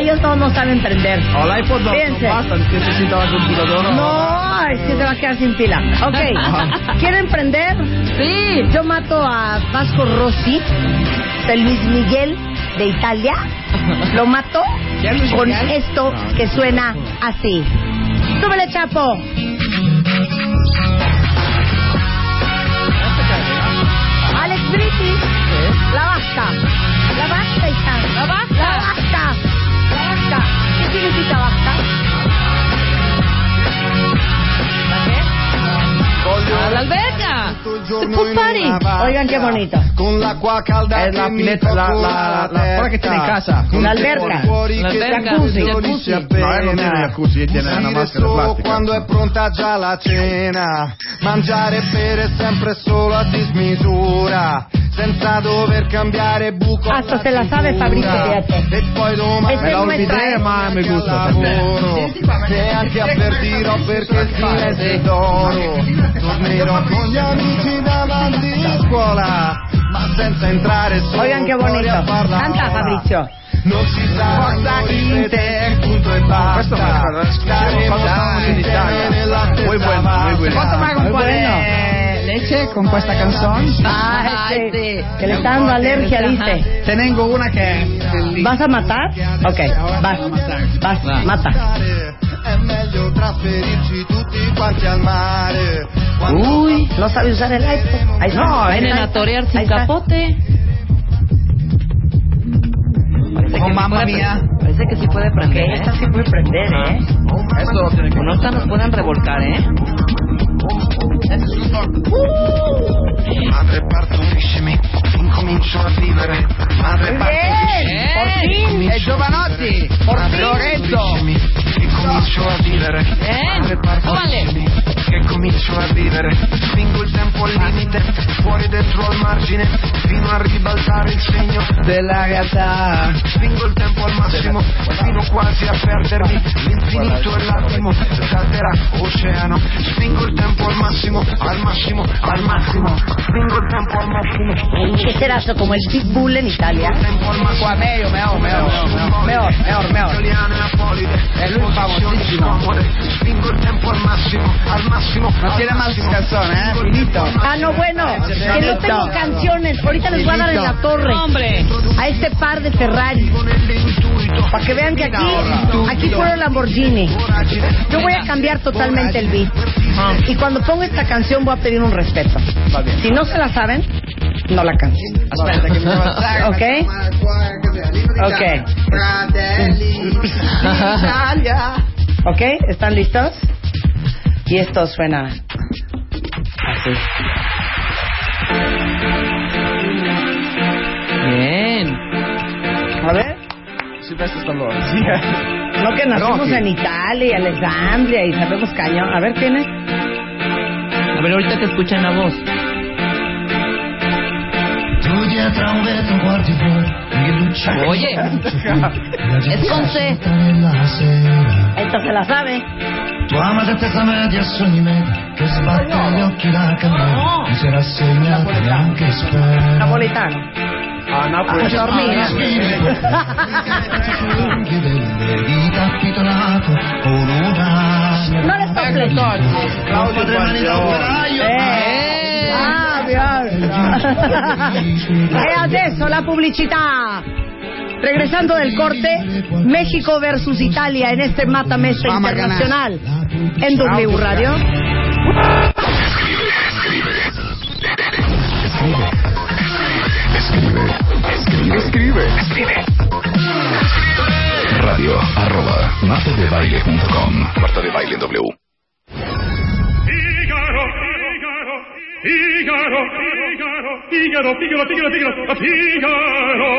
[SPEAKER 4] Ellos no nos saben prender.
[SPEAKER 6] o l'iPod no,
[SPEAKER 4] Fíjense.
[SPEAKER 6] no basta, este necesita la computadora.
[SPEAKER 4] No, es que se va a quedar sin pila.
[SPEAKER 6] *laughs*
[SPEAKER 4] Ok, ¿quieren prender?
[SPEAKER 5] Sí.
[SPEAKER 4] Yo mato a Vasco Rossi, de Luis Miguel de Italia. Lo mato
[SPEAKER 6] ¿Ya Luis
[SPEAKER 4] con
[SPEAKER 6] Miguel? Ah,
[SPEAKER 4] esto que suena así. ¡Súbele, Chapo! Alex Britti, la basta. La basta, hija. La basta. La basta. La basta. ¿Qué significa basta? Ah,
[SPEAKER 5] the pool party.
[SPEAKER 4] Oigan qué bonito.
[SPEAKER 13] Con l'acqua calda
[SPEAKER 6] È la
[SPEAKER 13] che mi
[SPEAKER 6] pineta, la-
[SPEAKER 13] procura
[SPEAKER 6] la- la- quella che tiene in casa.
[SPEAKER 13] Con
[SPEAKER 4] L'alberga.
[SPEAKER 13] quei cuori che
[SPEAKER 5] L'alberga,
[SPEAKER 13] si
[SPEAKER 5] il
[SPEAKER 13] addolce
[SPEAKER 5] jacuzzi.
[SPEAKER 13] appena.
[SPEAKER 6] No, eh, non tiene jacuzzi, eh, tiene una
[SPEAKER 13] Uscire
[SPEAKER 6] maschera
[SPEAKER 13] solo
[SPEAKER 6] plastica.
[SPEAKER 13] quando è pronta già la cena mangiare e bere sempre solo a dismisura senza dover cambiare buco
[SPEAKER 4] Hasta
[SPEAKER 13] alla
[SPEAKER 4] se la sabe
[SPEAKER 13] cintura.
[SPEAKER 4] Fabrizio, fíjate.
[SPEAKER 13] e poi domani
[SPEAKER 4] Ese Me la es nuestra, olvidé, eh.
[SPEAKER 6] ma mi gusta.
[SPEAKER 13] Al lavoro neanche avvertirò perché il silenzio è d'oro tornerò con gli amici davanti a scuola ma senza entrare solo
[SPEAKER 4] Oigan qué
[SPEAKER 13] fuori
[SPEAKER 4] bonito.
[SPEAKER 13] a far la
[SPEAKER 4] Canta
[SPEAKER 13] mola.
[SPEAKER 4] Fabrizio.
[SPEAKER 13] Non si sa Inter, punto e basta.
[SPEAKER 6] Questo me lo ricordo,
[SPEAKER 13] Staremo
[SPEAKER 6] quando stavamo in Italia.
[SPEAKER 13] nella stessa
[SPEAKER 6] Muy bueno, muy bueno.
[SPEAKER 13] barca.
[SPEAKER 12] Posso fare un po' di
[SPEAKER 4] Bueno.
[SPEAKER 12] eh, leche con questa canzone?
[SPEAKER 4] Ah,
[SPEAKER 5] Ay,
[SPEAKER 4] este,
[SPEAKER 5] sí.
[SPEAKER 4] que le está dando alergia,
[SPEAKER 5] Ajá.
[SPEAKER 4] dice.
[SPEAKER 12] Te tengo una che è bellissima.
[SPEAKER 4] ¿Vas a matar? Ok, vas. Vas,
[SPEAKER 5] Va.
[SPEAKER 4] mata.
[SPEAKER 13] È meglio trasferirci tutti quanti al mare. Quando
[SPEAKER 4] Uy, no sabe usar el iPhone. Ahí está.
[SPEAKER 12] No,
[SPEAKER 4] ahí
[SPEAKER 5] Vienen
[SPEAKER 4] está.
[SPEAKER 5] a torear
[SPEAKER 4] Ahí
[SPEAKER 5] sin
[SPEAKER 4] está.
[SPEAKER 5] capote.
[SPEAKER 12] Oh,
[SPEAKER 5] Parece que sí
[SPEAKER 12] mamma
[SPEAKER 5] puede-
[SPEAKER 12] mía.
[SPEAKER 5] Parece que sí puede prender, ¿eh?
[SPEAKER 4] Esta sí puede prender, ¿eh?
[SPEAKER 6] Esto lo tiene que
[SPEAKER 5] Con esta nos pueden revolcar, ¿eh?
[SPEAKER 13] Madre partoriscimi, incomincio a vivere. Madre
[SPEAKER 4] Bien, por fin. eh,
[SPEAKER 12] E Giovanotti,
[SPEAKER 13] Madre
[SPEAKER 12] Lorenzo.
[SPEAKER 13] partoriscimi, incomincio a vivere.
[SPEAKER 5] Bien.
[SPEAKER 13] Madre partoriscimi, che comincio a vivere. Spingo il tempo al limite, fuori dentro al margine, fino a ribaltare il segno
[SPEAKER 12] della realtà.
[SPEAKER 13] Spingo il tempo al massimo, fino quasi a perdermi. L'infinito è l'attimo, salterà oceano. Spingo il tempo al massimo, al massimo, al massimo. Spingo il tempo al massimo,
[SPEAKER 4] ¿Qué será eso? Como el Big Bull en Italia.
[SPEAKER 13] tempo al massimo.
[SPEAKER 12] Qua meglio, meglio, meglio.
[SPEAKER 13] Meor,
[SPEAKER 12] meglio, meglio.
[SPEAKER 13] Italiano e apolide,
[SPEAKER 12] È lui
[SPEAKER 13] posizioni
[SPEAKER 12] famosissimo.
[SPEAKER 13] scomode. Spingo il tempo al massimo, al massimo.
[SPEAKER 12] Non
[SPEAKER 13] al
[SPEAKER 12] tiene mal su
[SPEAKER 13] massimo.
[SPEAKER 12] canzone, eh? Finito.
[SPEAKER 4] Ah, no, bueno, que no tengo canciones. Ahorita les voy a dar en la torre
[SPEAKER 5] ¡Hombre!
[SPEAKER 4] a este par de Ferrari. Para que vean que aquí, aquí fueron Lamborghini. Yo voy a cambiar totalmente el beat. Y cuando ponga esta canción voy a pedir un respeto. Si no se la saben, no la
[SPEAKER 5] *laughs*
[SPEAKER 4] canten.
[SPEAKER 12] Aspetta che mi faccio.
[SPEAKER 4] ¿Ok? Ok.
[SPEAKER 12] Mm.
[SPEAKER 4] ¿Ok? ¿Están listos? Y esto suena así.
[SPEAKER 5] Bien.
[SPEAKER 4] A ver. No que nacimos en Italia, en Alessandria y sabemos cañón. A ver, ¿quién es?
[SPEAKER 5] A ver, ahorita te escuchan la voz. Oye, es con C.
[SPEAKER 4] Esta se la sabe.
[SPEAKER 13] Tua madre testa media sogni me che sbatte gli occhi da candela non si rassegna neanche spera
[SPEAKER 4] Napolitano.
[SPEAKER 6] A Napoli.
[SPEAKER 4] Ah, dormía.
[SPEAKER 13] Che delle dita capitolato con una
[SPEAKER 4] No le soples.
[SPEAKER 6] Claudio Guaglione.
[SPEAKER 4] Eh. Ah, bien. E adesso la pubblicità. Regresando del corte, México versus Italia en este mata mesa
[SPEAKER 12] Vamos a ganar.
[SPEAKER 4] internacional en W Radio.
[SPEAKER 14] Escribe, escribe, escribe, escribe. Radio arroba martadebaile.com
[SPEAKER 1] Marta de Baile W.
[SPEAKER 3] Figaro, Figaro, Figaro, Figaro, Figaro, Figaro, Figaro, Figaro, Figaro.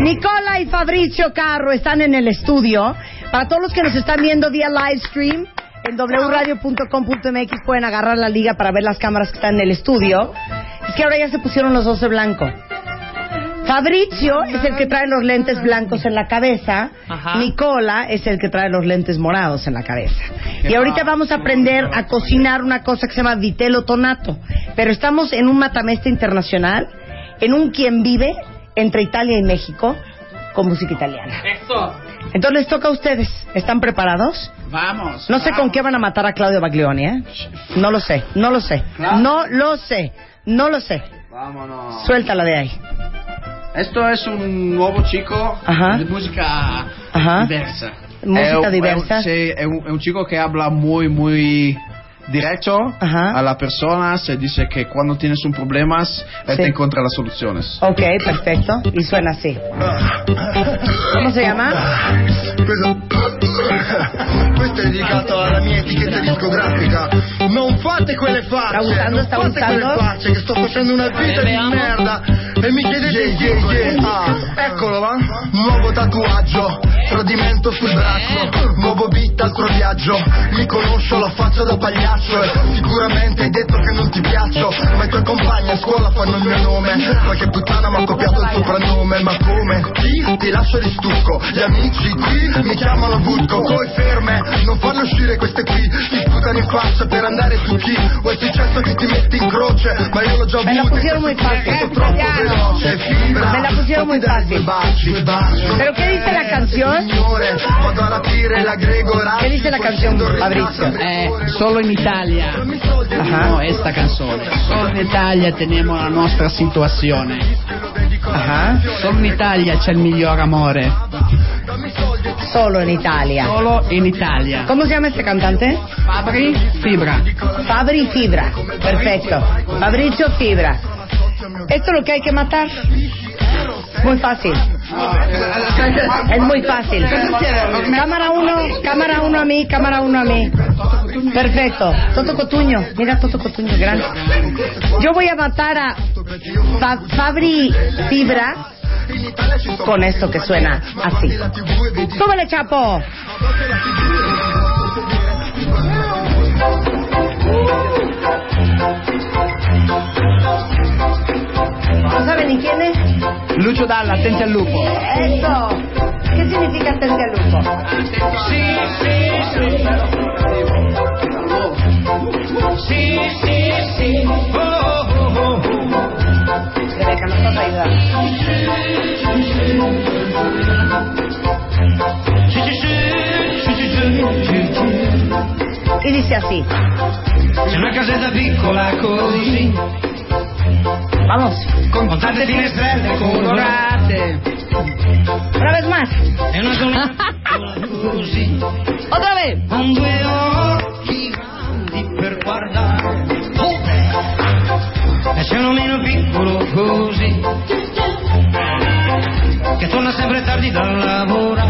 [SPEAKER 4] Nicola y Fabricio Carro están en el estudio. Para todos los que nos están viendo vía live stream, en wradio.com.mx pueden agarrar la liga para ver las cámaras que están en el estudio. Es que ahora ya se pusieron los dos de blanco. Fabricio es el que trae los lentes blancos en la cabeza.
[SPEAKER 5] Ajá.
[SPEAKER 4] Nicola es el que trae los lentes morados en la cabeza. Y ahorita vamos a aprender a cocinar una cosa que se llama vitelo tonato. Pero estamos en un matamesta internacional, en un quien vive entre Italia y México con música italiana. Entonces les toca a ustedes. ¿Están preparados?
[SPEAKER 12] Vamos.
[SPEAKER 4] No sé con qué van a matar a Claudio Baglioni, ¿eh? No lo sé, no lo sé, no lo sé, no lo sé.
[SPEAKER 6] Vámonos.
[SPEAKER 4] Suéltala de ahí.
[SPEAKER 6] Esto es un nuovo chico
[SPEAKER 4] Ajá.
[SPEAKER 6] di musica
[SPEAKER 4] Ajá.
[SPEAKER 6] diversa. Eh,
[SPEAKER 4] Musica
[SPEAKER 6] È un- è un-
[SPEAKER 4] diversa.
[SPEAKER 6] sì, è un, è un chico che habla muy, muy directo
[SPEAKER 4] Ajá.
[SPEAKER 6] a la persona. Se dice que cuando tienes un problema, él
[SPEAKER 4] Sí.
[SPEAKER 6] te encuentra las soluciones.
[SPEAKER 4] Ok, perfecto. Y suena así. ¿Cómo se llama?
[SPEAKER 13] *laughs* questo, questo è dedicato alla mia etichetta discografica non faccio Fate quelle facce,
[SPEAKER 5] Sta usando,
[SPEAKER 13] non
[SPEAKER 5] sta
[SPEAKER 13] fate
[SPEAKER 5] usando.
[SPEAKER 13] quelle facce che sto facendo una vita
[SPEAKER 5] Vediamo.
[SPEAKER 13] di merda e mi chiedete
[SPEAKER 3] Yeah,
[SPEAKER 13] chi
[SPEAKER 3] yeah, yeah.
[SPEAKER 13] sono. Ah, eccolo va, nuovo tatuaggio, tradimento sul braccio, nuovo beat al tuo viaggio, mi conosco la faccia da pagliaccio e sicuramente hai detto che non ti piaccio, ma i tuoi compagni a scuola fanno il mio nome, qualche puttana mi ha copiato il soprannome, ma come? Chi? Ti lascio di stucco, gli amici qui mi chiamano Butco, coi ferme, non fanno uscire queste qui, ti sputano in faccia per andare su chi, o è successo che ti metti in croce, ma io l'ho già
[SPEAKER 5] Me la
[SPEAKER 13] avuto,
[SPEAKER 5] pusieron muy fácil.
[SPEAKER 13] veloce, fibra,
[SPEAKER 5] Me la pusieron muy fácil. ¿Pero qué dice la canción? ¿Qué dice la canción, Fabrizio?
[SPEAKER 6] Eh, Ah. solo in Italia abbiamo questa canzone. Solo in Italia teniamo la nostra situazione. Solo in Italia c'è il miglior amore.
[SPEAKER 5] Solo in Italia.
[SPEAKER 6] Solo in Italia.
[SPEAKER 5] ¿Cómo se llama este cantante?
[SPEAKER 6] Fabri Fibra.
[SPEAKER 5] Fabri Fibra. Perfecto. Fabrizio Fibra. Esto es lo que hay que matar. Muy fácil. Es muy fácil. Cámara uno, cámara uno a mí, cámara uno a mí. Perfecto. Toto Cotuño. Mira Toto Cotuño, gracias. Yo voy a matar a Fa- Fabri Fibra con esto que suena así. ¡Súbele, Chapo! ¿No saben ni quién es?
[SPEAKER 6] Lucio Dalla, attenti al lupo.
[SPEAKER 5] Eso. ¿Qué significa atente al lupo?
[SPEAKER 3] Sí, sí, sí. Oh, oh, oh,
[SPEAKER 5] Rebeca, nos vas a ayudar. Y dice así.
[SPEAKER 3] oh. C'è una casetta piccola così,
[SPEAKER 5] Vamos.
[SPEAKER 3] con tante finestrelle
[SPEAKER 6] ecco.
[SPEAKER 3] colorate.
[SPEAKER 5] Una vez más.
[SPEAKER 3] È una zona
[SPEAKER 6] *laughs*
[SPEAKER 3] piccola così,
[SPEAKER 4] Otra vez.
[SPEAKER 3] con due occhi grandi per guardare. E c'è uno meno piccolo così, che torna sempre tardi dal lavoro.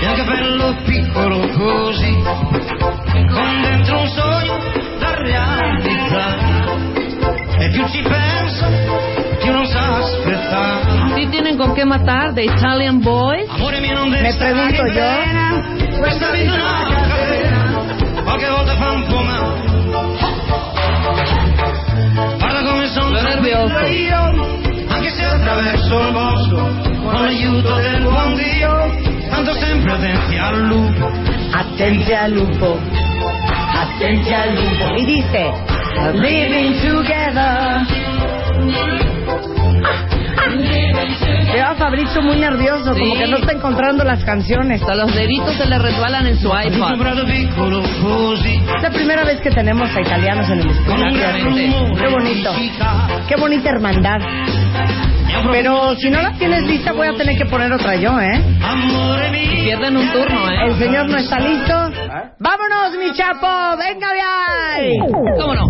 [SPEAKER 3] E un capello piccolo così, con dentro un sogno da realizzare. E più ci pensa, più non sa aspettare.
[SPEAKER 4] Sí tienen con qué matar, The Italian Boys.
[SPEAKER 3] Amore mio non deve
[SPEAKER 5] Me
[SPEAKER 3] stare
[SPEAKER 5] pregunto
[SPEAKER 3] in
[SPEAKER 5] yo.
[SPEAKER 3] vena, Questa vita è una catena Qualche volta fa un po' male Parla come sono nervioso io Anche se attraverso il bosco Con l'aiuto del buon Dio Tanto sempre attenti al lupo
[SPEAKER 5] Atente al lupo. Atente al lupo. Y dice. Living together. Veo a Fabrizio muy nervioso, como
[SPEAKER 4] Sí.
[SPEAKER 5] que no está encontrando las canciones.
[SPEAKER 4] Hasta los deditos se le resbalan en su
[SPEAKER 3] Un
[SPEAKER 4] iPad.
[SPEAKER 3] soprato piccolo così
[SPEAKER 5] Es la primera vez que tenemos a italianos en el estudio.
[SPEAKER 3] Con un gran
[SPEAKER 5] Qué
[SPEAKER 3] rumore di
[SPEAKER 5] bonito.
[SPEAKER 3] città
[SPEAKER 5] Qué bonita hermandad.
[SPEAKER 3] E un
[SPEAKER 5] Pero si no la tienes lista, voy a tener que poner otra yo, ¿eh?
[SPEAKER 3] Amore mio
[SPEAKER 4] Pierden un turno,
[SPEAKER 5] El
[SPEAKER 4] ¿eh?
[SPEAKER 5] señor no está listo. ¡Vámonos, mi chapo! ¡Oh, ¡Venga de ahí!
[SPEAKER 4] ¿Cómo no?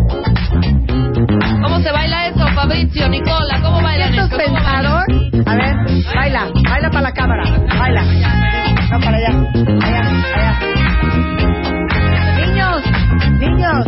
[SPEAKER 4] ¿Cómo se baila eso, Fabricio, Nicola? ¿Cómo bailan
[SPEAKER 5] ¿Estos
[SPEAKER 4] esto? ¿Cómo bailan?
[SPEAKER 5] pensador? A ver, baila, baila para la cámara, baila. No, para allá, allá, allá. Niños, niños.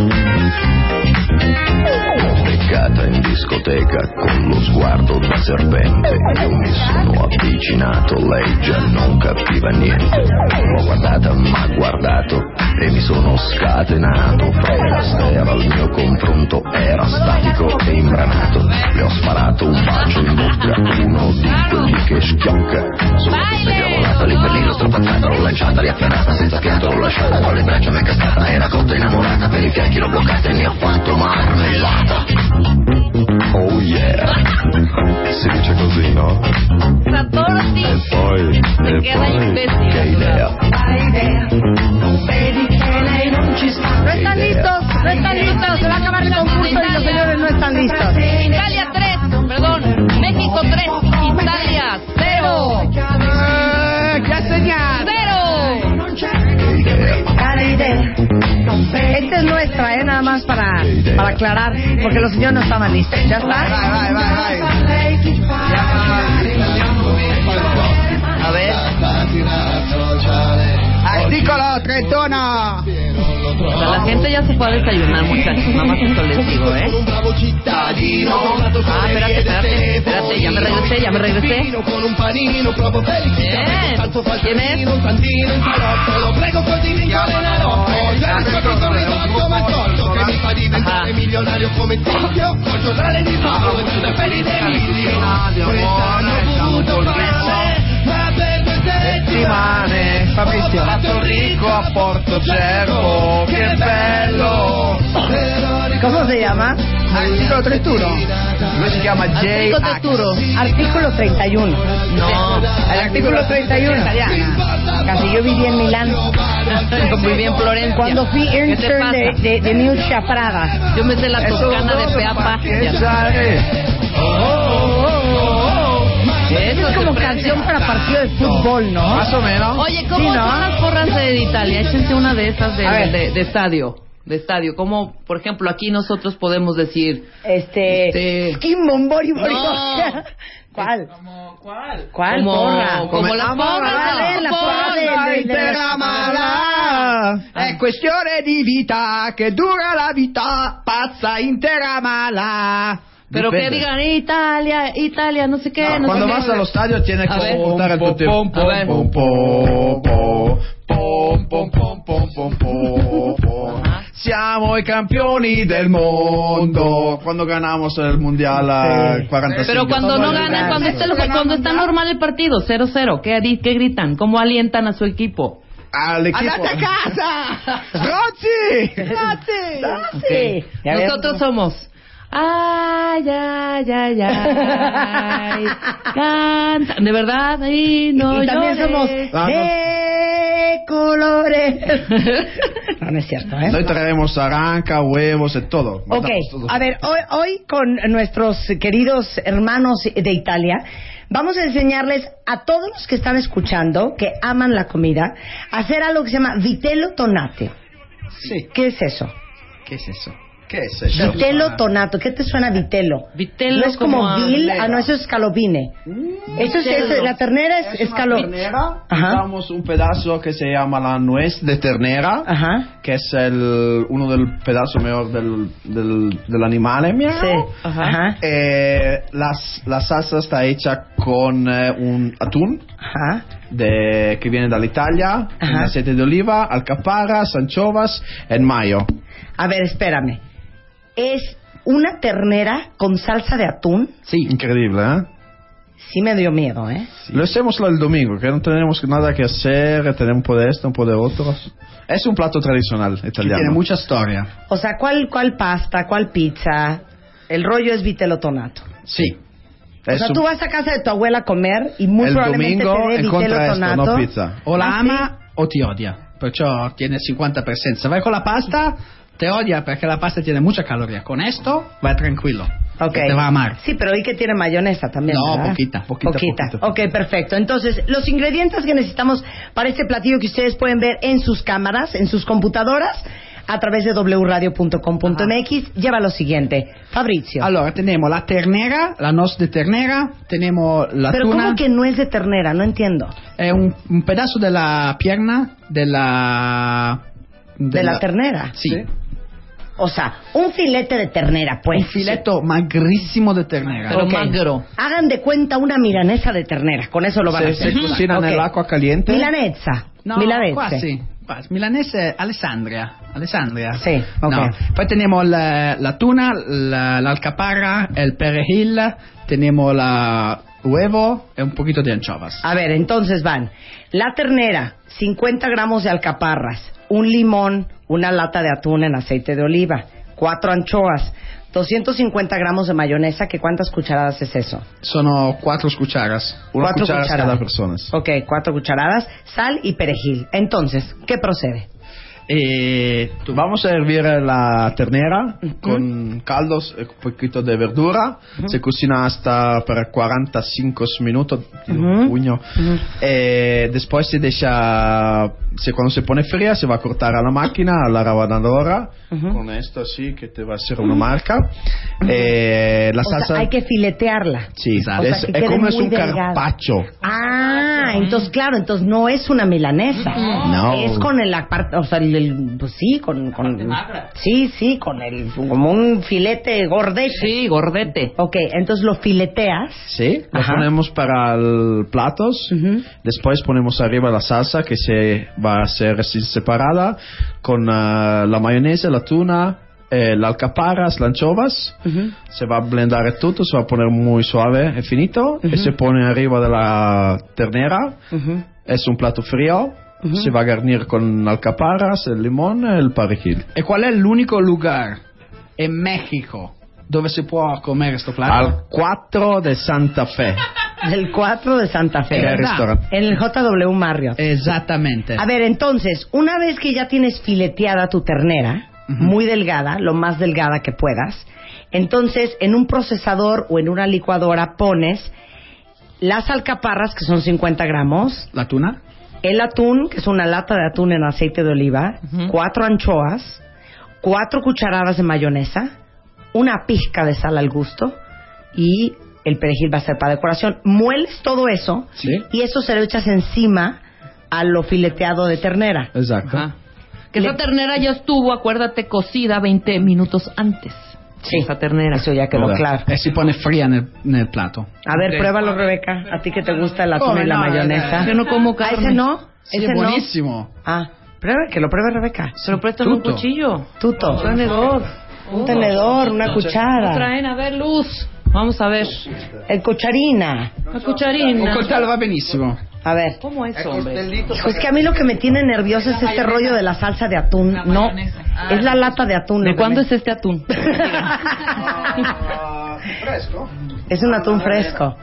[SPEAKER 1] Beccata in discoteca con lo sguardo da serpente. Io mi sono avvicinato, lei già non capiva niente. L'ho guardata, ma guardato e mi sono scatenato. Prestera al mio confronto, era statico e imbranato. Le ho sparato un bacio in bocca, uno di quelli che schiocca. Sono questa cavolata, lì per lì l'ho strapazzata, l'ho lanciata, riafferrata, senza fiato, l'ho lasciata, con le braccia m'è cascata. Era cotta innamorata, per i fianchi l'ho bloccata e ne ho fatto marmellata. Oh yeah! Si dice così, no?
[SPEAKER 4] Satorti.
[SPEAKER 1] E poi, e
[SPEAKER 4] Queda
[SPEAKER 1] poi,
[SPEAKER 4] imbécil.
[SPEAKER 1] che idea! idea.
[SPEAKER 5] No están listos, no están listos. Se va a acabar el concurso y los señores no están listos.
[SPEAKER 4] Italia 3, perdón, México 3, Italia 0.
[SPEAKER 15] Eh,
[SPEAKER 6] segnato?
[SPEAKER 4] 0.
[SPEAKER 1] Che idea!
[SPEAKER 5] Esta es nuestra, ¿eh? Nada más
[SPEAKER 4] Ah,
[SPEAKER 5] para, para aclarar, porque los señores no estaban listos. ¿Ya está?
[SPEAKER 15] Vai, vai, vai.
[SPEAKER 5] A ver.
[SPEAKER 15] Ah,
[SPEAKER 6] Articolo 31.
[SPEAKER 5] Bueno, la gente ya se fue a desayunar, muchachos. Nada más esto les digo, ¿eh? Ah, espérate, espérate, espérate. Ya me regresé, ya me regresé. Eh, ¿Quién es?
[SPEAKER 6] Ah, settimane Fabrizio Fatto ricco a Porto Cervo Che bello Ah,
[SPEAKER 4] ¿Cómo se llama? Artículo 31.
[SPEAKER 6] Lui si chiama Jay
[SPEAKER 4] Artículo 31. Artículo 31. No. El artículo 31. Casi yo viví en
[SPEAKER 5] *laughs*
[SPEAKER 4] Milán.
[SPEAKER 5] Muy bien, Florencia.
[SPEAKER 4] Cuando fui
[SPEAKER 5] ¿Qué te
[SPEAKER 4] intern de,
[SPEAKER 5] pasa?
[SPEAKER 4] de, de New Chaprada.
[SPEAKER 5] Yo me sé la toscana de Peapa.
[SPEAKER 4] Eso es como canción para partido de fútbol, ¿no?
[SPEAKER 6] Más o menos.
[SPEAKER 5] Oye, ¿cómo
[SPEAKER 4] Sí, ¿no?
[SPEAKER 5] son las porras de Italia? Échense una de esas de,
[SPEAKER 4] A ver.
[SPEAKER 5] de- de estadio. De estadio. Como, por ejemplo, aquí nosotros podemos decir...
[SPEAKER 4] Este.
[SPEAKER 5] Este,
[SPEAKER 4] Skin Bombori Bori.
[SPEAKER 5] No.
[SPEAKER 4] ¿Cuál?
[SPEAKER 12] ¿Cuál?
[SPEAKER 4] ¿Cuál
[SPEAKER 5] Como-
[SPEAKER 4] Oh, porra?
[SPEAKER 5] como las porras,
[SPEAKER 4] A ver, la porra de- de- de-
[SPEAKER 12] Interamala è questione di vita che dura la vita pazza interamala.
[SPEAKER 5] Pero que
[SPEAKER 6] Depende.
[SPEAKER 5] digan, Italia, Italia, no sé qué, no
[SPEAKER 6] Cuando
[SPEAKER 5] sé
[SPEAKER 4] pues,
[SPEAKER 6] vas
[SPEAKER 5] qué.
[SPEAKER 6] allo stadio tiene
[SPEAKER 5] A
[SPEAKER 6] che
[SPEAKER 5] ver.
[SPEAKER 6] portare il tuo
[SPEAKER 5] Pom, pom,
[SPEAKER 6] tempo.
[SPEAKER 5] A ver.
[SPEAKER 6] Pom, pom, pom, pom, pom, pom, pom, pom, pom, pom. Siamo i campioni del mondo. Quando ganamos il mondiale
[SPEAKER 4] Sì.
[SPEAKER 6] 45.
[SPEAKER 5] Pero cuando no ganan, cuando, esté lo- cuando está normal el partido, 0-0, ¿qué, di- ¿qué gritan? ¿Cómo alientan a su equipo?
[SPEAKER 6] All'equipo.
[SPEAKER 12] Andate a casa!
[SPEAKER 4] *laughs*
[SPEAKER 6] Srozzi!
[SPEAKER 4] Ah,
[SPEAKER 5] Ok.
[SPEAKER 4] sí. Ya ves.
[SPEAKER 5] Nosotros somos. Ay, ay,
[SPEAKER 4] *laughs*
[SPEAKER 5] ay, ay. Canta. De verdad, ay, no
[SPEAKER 4] y también
[SPEAKER 5] llores. *laughs*
[SPEAKER 4] somos
[SPEAKER 6] Ah, no.
[SPEAKER 4] de colores. *laughs* No, no es cierto, ¿eh?
[SPEAKER 6] Noi traemos aranca, huevos e todo.
[SPEAKER 4] Ok,
[SPEAKER 6] Mandamos todo.
[SPEAKER 4] a ver, hoy, hoy con nuestros queridos hermanos de Italia vamos a enseñarles a todos los que están escuchando, que aman la comida, a hacer algo que se llama vitello tonate.
[SPEAKER 6] Sì.
[SPEAKER 4] ¿Qué es eso?
[SPEAKER 6] Che è eso? Che è eso? Ah.
[SPEAKER 4] Vitelo tonato, ¿qué te suena vitelo?
[SPEAKER 5] Vitello
[SPEAKER 4] no es
[SPEAKER 5] como
[SPEAKER 4] como
[SPEAKER 5] a
[SPEAKER 4] vil,
[SPEAKER 6] vera.
[SPEAKER 4] ah no, eso es calobine. Eso es,
[SPEAKER 5] vitello.
[SPEAKER 4] es- la ternera es,
[SPEAKER 6] Mm, Es
[SPEAKER 4] es
[SPEAKER 6] una
[SPEAKER 4] calo-
[SPEAKER 6] ternera,
[SPEAKER 4] Ajá.
[SPEAKER 6] usamos un pedazo que se llama la nuez de ternera,
[SPEAKER 4] Ajá.
[SPEAKER 6] que es el, uno del pedazo mejor del, del, del animal. miau.
[SPEAKER 4] Sí.
[SPEAKER 5] Ajá.
[SPEAKER 4] Ajá.
[SPEAKER 6] Eh, las, la salsa está hecha con eh, un atún
[SPEAKER 4] Ajá.
[SPEAKER 6] de, que viene de Italia, con
[SPEAKER 4] Ajá.
[SPEAKER 6] aceite de oliva, alcaparras, anchovas, en mayo.
[SPEAKER 4] A ver, espérame. Es una ternera con salsa de atún.
[SPEAKER 6] Sí. Increíble, ¿eh?
[SPEAKER 4] Sí me dio miedo, ¿eh?
[SPEAKER 6] Lo hacemos el domingo, que no tenemos nada que hacer, tenemos un poco de esto, un poco de otro. Es un plato tradicional italiano.
[SPEAKER 12] tiene
[SPEAKER 6] mucha historia.
[SPEAKER 4] O sea, ¿cuál, cuál pasta, cuál pizza? El rollo es vitelotonato.
[SPEAKER 6] Sí.
[SPEAKER 4] O sea, tú vas a casa de tu abuela a comer y muy
[SPEAKER 6] il
[SPEAKER 4] probablemente
[SPEAKER 6] domingo
[SPEAKER 4] te dé
[SPEAKER 6] incontra esto,
[SPEAKER 4] vitelotonato.
[SPEAKER 6] no pizza.
[SPEAKER 12] O la
[SPEAKER 4] Ah, sì?
[SPEAKER 12] ama o ti odia, perciò tiene 50%. Se vai con la pasta, te odia perché la pasta tiene mucha caloría. Con esto, vai tranquillo.
[SPEAKER 4] Ok.
[SPEAKER 12] que Te va a amar.
[SPEAKER 4] Sí, pero hoy que tiene mayonesa también.
[SPEAKER 12] No,
[SPEAKER 4] ¿verdad?
[SPEAKER 12] poquita, poquita, poquita.
[SPEAKER 4] Ok, perfecto. Entonces, los ingredientes que necesitamos para este platillo que ustedes pueden ver en sus cámaras, en sus computadoras, a través de wradio.com.mx, lleva lo siguiente. Fabricio.
[SPEAKER 12] Allora, tenemos la ternera, la noz de ternera, tenemos la
[SPEAKER 4] pero
[SPEAKER 12] tuna.
[SPEAKER 4] ¿cómo que no es de ternera? No entiendo.
[SPEAKER 12] È un, un pedazo della pierna della...
[SPEAKER 4] Della ternera?
[SPEAKER 12] Sì.
[SPEAKER 4] Sì. O sea, un filete de ternera, pues.
[SPEAKER 12] Un filetto magrissimo di ternera.
[SPEAKER 5] Pero
[SPEAKER 4] Ok.
[SPEAKER 5] magro.
[SPEAKER 4] Hagan de cuenta una milanesa de ternera, con eso lo van a
[SPEAKER 6] Se,
[SPEAKER 4] hacer.
[SPEAKER 6] se cucina
[SPEAKER 4] Ok.
[SPEAKER 6] nell'acqua caliente.
[SPEAKER 4] Milanezza.
[SPEAKER 12] No,
[SPEAKER 4] milanese.
[SPEAKER 12] quasi. quasi. Milanese Alessandria. Alessandria.
[SPEAKER 4] Sì, ok.
[SPEAKER 12] No. Poi tenemos la, la tuna, la, l'alcaparra, il perejil, tenemos la huevo e un poquito di anchovas.
[SPEAKER 4] A ver, entonces van la ternera, 50 gramos de alcaparras, un limón, una lata de atún en aceite de oliva, cuatro anchoas, 250 gramos de mayonesa, que cuántas cucharadas es eso?
[SPEAKER 12] Sono quattro cucharas.
[SPEAKER 6] Una
[SPEAKER 4] cuatro
[SPEAKER 6] cuchara
[SPEAKER 4] cucharadas.
[SPEAKER 6] cada persona.
[SPEAKER 4] Ok, cuatro cucharadas, sal y perejil. Entonces, ¿qué procede?
[SPEAKER 6] E tu- vamos a hervir la ternera con caldos e un poquito de verdura.
[SPEAKER 4] Mhm.
[SPEAKER 6] Se cocina hasta para 45 minutos, tiene un
[SPEAKER 4] Ujú.
[SPEAKER 6] puño.
[SPEAKER 4] Mhm.
[SPEAKER 6] E después se deja, se, cuando se pone fría, se va a cortar a la máquina, a la rabanadora.
[SPEAKER 4] Ujú.
[SPEAKER 6] Con esto así, que te va a hacer una marca. E la
[SPEAKER 4] O sea,
[SPEAKER 6] salsa...
[SPEAKER 4] Mhm. hay que filetearla.
[SPEAKER 6] Sì,
[SPEAKER 4] Esatto.
[SPEAKER 6] adesso
[SPEAKER 4] O sea, che
[SPEAKER 6] è
[SPEAKER 4] quede
[SPEAKER 6] come
[SPEAKER 4] muy
[SPEAKER 6] su un
[SPEAKER 4] delgado.
[SPEAKER 6] carpaccio.
[SPEAKER 4] Ah, entonces claro, entonces no es una milanesa.
[SPEAKER 9] No.
[SPEAKER 4] Es con el aparte, o sea, el, el- pues sí, con, con Sí, sí, con el como un filete gordete. Sí, gordete. Ok, entonces lo fileteas.
[SPEAKER 6] Sí, lo
[SPEAKER 4] Ajá.
[SPEAKER 6] ponemos para el platos, después ponemos arriba la salsa que se va a hacer así separada con ah, la mayonesa, la tuna, eh, las alcaparras, las anchovas, se va a blendar todo, se va a poner muy suave y finito y se pone arriba de la ternera, es un plato frío. Se va a garnir con alcaparras, el limón y el perejil.
[SPEAKER 12] E qual è l'unico lugar in Messico dove si può comere questo plato?
[SPEAKER 6] Al 4 de Santa Fe.
[SPEAKER 4] El 4 de Santa Fe.
[SPEAKER 6] Qué restaurante.
[SPEAKER 4] En el JW Marriott.
[SPEAKER 5] Eh.
[SPEAKER 12] Exactamente.
[SPEAKER 4] A ver, entonces, una vez que ya tienes fileteada tu ternera, muy delgada, lo más delgada que puedas, entonces en un procesador o en una licuadora pones las alcaparras, que son 50 gramos.
[SPEAKER 12] ¿La tuna?
[SPEAKER 4] El atún, que es una lata de atún en aceite de oliva, cuatro anchoas, cuatro cucharadas de mayonesa, una pizca de sal al gusto y el perejil va a ser para decoración. Mueles todo eso y eso se lo echas encima a lo fileteado de ternera.
[SPEAKER 6] Exacto.
[SPEAKER 5] Que esa ternera ya estuvo, acuérdate, cocida 20 minutos antes.
[SPEAKER 4] Sí. Esa ternera. Eso ya quedó
[SPEAKER 12] Vabbè.
[SPEAKER 4] claro.
[SPEAKER 12] E si pone fría nel, nel plato.
[SPEAKER 4] A ver,
[SPEAKER 12] Ok.
[SPEAKER 4] pruébalo, Rebeca. A ti que te gusta el atún
[SPEAKER 12] Come
[SPEAKER 4] y la
[SPEAKER 12] no,
[SPEAKER 4] mayonesa.
[SPEAKER 12] eh, yo no como
[SPEAKER 4] Ah,
[SPEAKER 12] carne.
[SPEAKER 4] ¿Ese no?
[SPEAKER 12] Sí,
[SPEAKER 4] ¿Ese
[SPEAKER 12] es
[SPEAKER 4] no?
[SPEAKER 12] buenísimo.
[SPEAKER 4] Ah, prueba, que lo pruebe Rebeca. Se lo
[SPEAKER 5] préstame un Tutto. cuchillo.
[SPEAKER 4] Tuto.
[SPEAKER 5] Un tenedor.
[SPEAKER 4] Un tenedor, una cuchara.
[SPEAKER 5] No traen, a ver, luz. Vamos a ver.
[SPEAKER 4] El cucharina.
[SPEAKER 5] Una cucharina.
[SPEAKER 4] Un cortado
[SPEAKER 12] va benissimo.
[SPEAKER 4] A ver.
[SPEAKER 5] ¿Cómo es, hombre?
[SPEAKER 4] Hijo, es Pues que a mí lo que me tiene nerviosa es este rollo de la Ah, salsa de atún. No, es la lata de atún.
[SPEAKER 5] ¿De
[SPEAKER 4] lo que
[SPEAKER 5] cuándo
[SPEAKER 4] me-
[SPEAKER 5] es
[SPEAKER 4] *laughs*
[SPEAKER 5] este atún?
[SPEAKER 6] Ah, Fresco.
[SPEAKER 4] Es un
[SPEAKER 5] Ah,
[SPEAKER 4] atún fresco.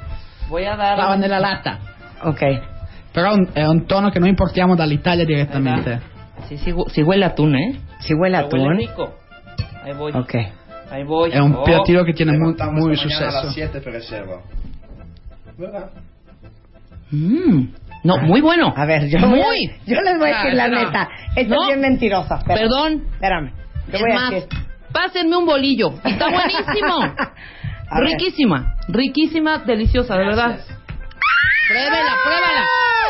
[SPEAKER 5] Voy a dar...
[SPEAKER 12] Stava nella latta.
[SPEAKER 4] Ok.
[SPEAKER 12] Però è un- è un tono che noi importiamo dall'Italia direttamente.
[SPEAKER 6] Esatto.
[SPEAKER 5] Sí, sí, hu- sí huele a atún, ¿eh?
[SPEAKER 4] Sí huele
[SPEAKER 12] a atún.
[SPEAKER 5] rico. Ahí voy.
[SPEAKER 12] Ok.
[SPEAKER 5] Ahí voy.
[SPEAKER 12] È un
[SPEAKER 5] Oh.
[SPEAKER 12] piattino che tiene muy, muy
[SPEAKER 6] Mañana a las
[SPEAKER 12] sucesso.
[SPEAKER 6] 7 per reserva.
[SPEAKER 5] No, muy bueno.
[SPEAKER 4] Mm. A ver, yo,
[SPEAKER 5] Muy.
[SPEAKER 4] voy a- yo les voy a decir
[SPEAKER 5] Ah,
[SPEAKER 4] la
[SPEAKER 5] no.
[SPEAKER 4] neta. Esta
[SPEAKER 5] No.
[SPEAKER 4] es bien mentirosa. Espérame.
[SPEAKER 5] Perdón.
[SPEAKER 4] Espérame. Te
[SPEAKER 5] Es
[SPEAKER 4] voy a
[SPEAKER 5] más,
[SPEAKER 4] decir.
[SPEAKER 5] pásenme un bolillo. Está *laughs* buenísimo.
[SPEAKER 4] A ver.
[SPEAKER 5] riquísima, riquísima, deliciosa, de verdad. Pruébela, pruébala.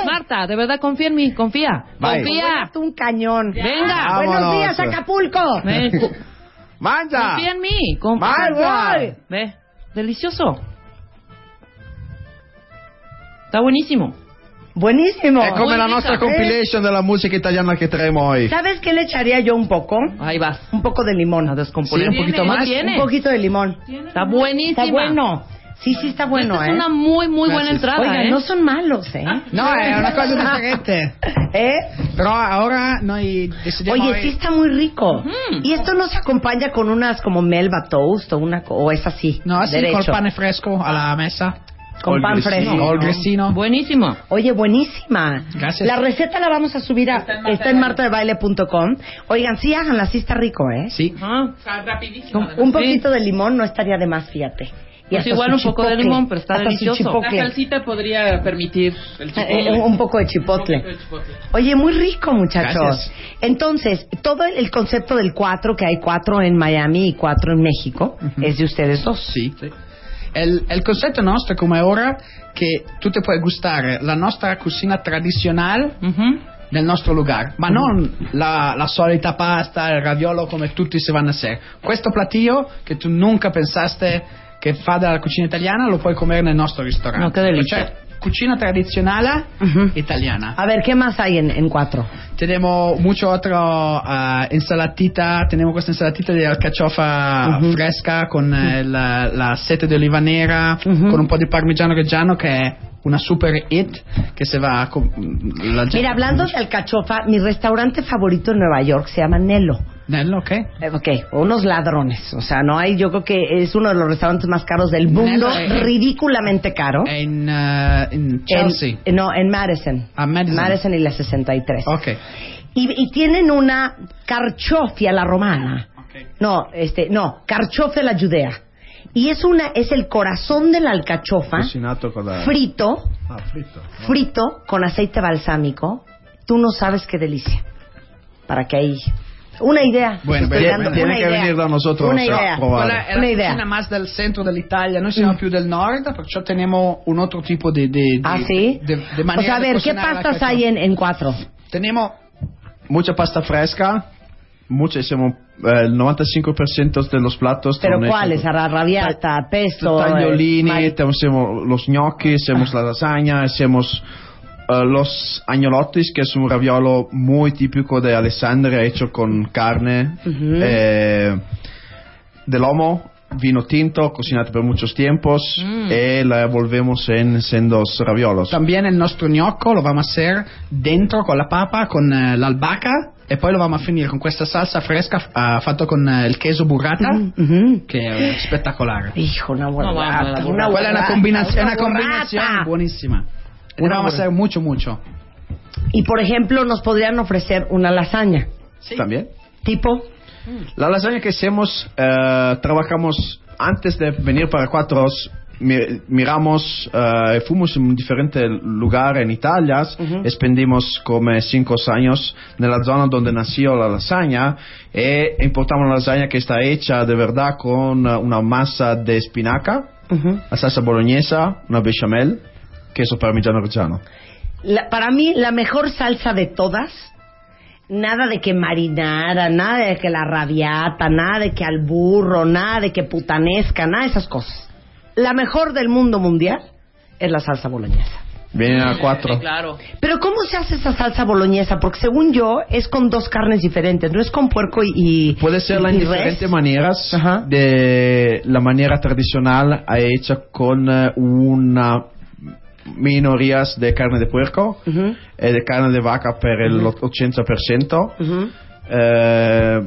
[SPEAKER 5] Marta, de verdad, confía en mí, confía.
[SPEAKER 4] Bye.
[SPEAKER 5] Confía.
[SPEAKER 4] Tú un cañón.
[SPEAKER 5] Venga.
[SPEAKER 4] Buenos
[SPEAKER 5] Vámonos.
[SPEAKER 4] días, Acapulco.
[SPEAKER 5] Ven, *laughs* cu-
[SPEAKER 6] ¡Manja!
[SPEAKER 5] confía en mí. con-
[SPEAKER 4] Marta.
[SPEAKER 5] Ve, delicioso. Está buenísimo.
[SPEAKER 4] Buenísimo.
[SPEAKER 6] È come la nostra compilation della musica italiana che traemo oggi.
[SPEAKER 4] ¿Sabes qué le echaría yo un poco?
[SPEAKER 5] Ahí vas.
[SPEAKER 4] Un poco de limón. A
[SPEAKER 5] descomponer un Tiene, poquito más. tiene.
[SPEAKER 4] Un poquito de limón.
[SPEAKER 5] Está buenísima.
[SPEAKER 4] Está bueno. Sí, sí está bueno,
[SPEAKER 5] Esta
[SPEAKER 4] ¿eh?
[SPEAKER 5] es una muy, muy buena entrada,
[SPEAKER 4] Oigan,
[SPEAKER 5] ¿eh? Ah.
[SPEAKER 4] no son malos, ¿eh?
[SPEAKER 12] No, è una cosa differente.
[SPEAKER 4] *laughs* ¿Eh?
[SPEAKER 12] Però ora noi decidiamo...
[SPEAKER 4] Oye, sí está muy rico. Y esto no se acompaña con unas como melva toast o una co- o es así.
[SPEAKER 12] No, sì,
[SPEAKER 4] derecho.
[SPEAKER 12] col pane fresco alla messa.
[SPEAKER 4] Con pan fresco.
[SPEAKER 12] Col grissino.
[SPEAKER 5] Buenísimo.
[SPEAKER 4] Oye, buenísima.
[SPEAKER 12] Gracias.
[SPEAKER 4] La receta la vamos a subir a está en martadebaile.com. Oigan, sí háganla, sí está rico, ¿eh?
[SPEAKER 12] Sí.
[SPEAKER 5] rapidísimo.
[SPEAKER 4] Un poquito de limón no estaría de más, fíjate. Y
[SPEAKER 5] Pues
[SPEAKER 4] hasta
[SPEAKER 5] igual
[SPEAKER 4] su
[SPEAKER 5] un poco de
[SPEAKER 4] chipotle,
[SPEAKER 5] limón, pero está
[SPEAKER 4] hasta su
[SPEAKER 5] delicioso.
[SPEAKER 4] chipotle.
[SPEAKER 5] podría permitir el
[SPEAKER 4] Eh, eh, un poco de chipotle. Oye, muy rico, muchachos.
[SPEAKER 5] Gracias.
[SPEAKER 4] Entonces, todo el, el concepto del cuatro, que hay cuatro en Miami y cuatro en México, es de ustedes dos.
[SPEAKER 12] Sì. È il, è il concetto nostro come ora che tu ti puoi gustare la nostra cucina tradizionale
[SPEAKER 5] Mm.
[SPEAKER 12] nel nostro lugar, ma non la, la solita pasta, il raviolo come tutti si vanno a sé. Questo platillo che tu nunca pensaste che fa dalla cucina italiana lo puoi comere nel nostro ristorante.
[SPEAKER 5] No, che delizia. Mm-hmm.
[SPEAKER 12] Cioè, cucina tradizionale italiana.
[SPEAKER 4] A ver, ¿qué más hay en, en cuatro?
[SPEAKER 12] Tenemos mucho otro ah, insalatita, tenemos questa insalatita di alcachofa fresca con eh, la, la sete di oliva nera, con un po' di parmigiano reggiano che è una super hit che se va a... com- la gente-
[SPEAKER 4] Mira, hablando de alcachofa, mi restaurante favorito en Nueva York se llama Nelo.
[SPEAKER 12] Nello, ok?
[SPEAKER 4] Eh, Ok, unos ladrones. O sea, no hay. Yo creo que es uno de los restaurantes más caros del
[SPEAKER 12] Nelo,
[SPEAKER 4] mundo,
[SPEAKER 12] eh,
[SPEAKER 4] ridículamente caro.
[SPEAKER 12] È in, eh, in Chelsea. Oh.
[SPEAKER 4] En- no, en Madison.
[SPEAKER 12] A Madison.
[SPEAKER 4] Madison y la 63.
[SPEAKER 12] Ok.
[SPEAKER 4] Y, y tienen una carchofia la romana. No, este, no, carchofia la judea. Y es una, es el corazón de la alcachofa,
[SPEAKER 6] Cucinato con la...
[SPEAKER 4] frito,
[SPEAKER 6] Ah, fritto.
[SPEAKER 4] frito con aceite balsámico. Tú no sabes qué delicia. Para que ahí Una idea.
[SPEAKER 6] Bueno,
[SPEAKER 4] Estoy
[SPEAKER 6] beh,
[SPEAKER 4] dando
[SPEAKER 6] tiene
[SPEAKER 4] una
[SPEAKER 6] che
[SPEAKER 4] idea.
[SPEAKER 6] venire da nosotros
[SPEAKER 4] Una
[SPEAKER 6] a
[SPEAKER 4] idea.
[SPEAKER 6] provare.
[SPEAKER 12] Quella è
[SPEAKER 4] Una
[SPEAKER 12] la
[SPEAKER 4] idea. Mm.
[SPEAKER 12] cucina más del centro dell'Italia, noi siamo più del nord, perciò teniamo un altro tipo di, di, di,
[SPEAKER 4] Ah, sì?
[SPEAKER 12] di- di
[SPEAKER 4] O sea,
[SPEAKER 12] maniera
[SPEAKER 4] a
[SPEAKER 12] di
[SPEAKER 4] ver, ¿qué
[SPEAKER 12] cucinare la
[SPEAKER 4] pastas
[SPEAKER 12] cacao.
[SPEAKER 4] hay en, en cuatro?
[SPEAKER 12] Tenemos
[SPEAKER 6] Mucha pasta fresca, mucha, siamo eh, il 95% de los platos.
[SPEAKER 4] ¿Pero
[SPEAKER 6] con-
[SPEAKER 4] cuáles? Arra- Arrabiata, pesto. eh,
[SPEAKER 6] Tagliolini,
[SPEAKER 4] ma-
[SPEAKER 6] tenemos siamo los
[SPEAKER 12] *laughs*
[SPEAKER 6] gnocchi, siamo la lasagna, siamo eh, los agnolottis, que es un raviolo muy típico de Alessandria, hecho con carne
[SPEAKER 12] Mhm.
[SPEAKER 6] eh, de lomo, vino tinto, cocinato por muchos tiempos, y la envolvemos en sendos raviolos.
[SPEAKER 12] Mm. También el nostro gnocco lo vamos a hacer dentro con la papa, con eh, l'albahaca e poi lo vamos a finire con questa salsa fresca ah, fatto con eh, il queso burrata
[SPEAKER 6] Mm.
[SPEAKER 12] che è spettacolare.
[SPEAKER 4] Hijo, una guardata,
[SPEAKER 12] Quella
[SPEAKER 4] una
[SPEAKER 5] guarda,
[SPEAKER 12] è una
[SPEAKER 4] guardata,
[SPEAKER 12] combinazione, una
[SPEAKER 4] guardata.
[SPEAKER 12] combinazione buonissima. E
[SPEAKER 4] Una
[SPEAKER 12] ne vamos a
[SPEAKER 4] burrata.
[SPEAKER 12] hacer mucho mucho.
[SPEAKER 4] Y por ejemplo, nos podrían ofrecer una lasaña.
[SPEAKER 6] También.
[SPEAKER 4] Tipo,
[SPEAKER 6] La lasaña que hacemos, eh, trabajamos antes de venir para Cuatro, mi- miramos, eh, fuimos en un diferente lugar en Italia, expendimos como cinco años en la zona donde nació la lasaña y importamos la lasaña que está hecha de verdad con eh, una masa de espinaca, la salsa boloñesa, una bechamel, queso parmigiano reggiano.
[SPEAKER 4] la- para mí, la mejor salsa de todas. Nada de que marinara, nada de que la rabiata, nada de que al burro, nada de que putanesca, nada de esas cosas. La mejor del mundo mundial es la salsa boloñesa.
[SPEAKER 6] Vienen a Cuatro.
[SPEAKER 5] Claro.
[SPEAKER 4] Pero ¿cómo se hace esa salsa boloñesa? Porque según yo es con dos carnes diferentes, no es con puerco y, y-
[SPEAKER 6] Puede serla
[SPEAKER 4] y
[SPEAKER 6] en
[SPEAKER 4] res.
[SPEAKER 6] diferentes maneras. De la manera tradicional eh, hecha con eh, una minorías de carne de puerco
[SPEAKER 4] Ujú,
[SPEAKER 6] e de carne de vaca per el 80%.
[SPEAKER 4] ujú.
[SPEAKER 6] Eh,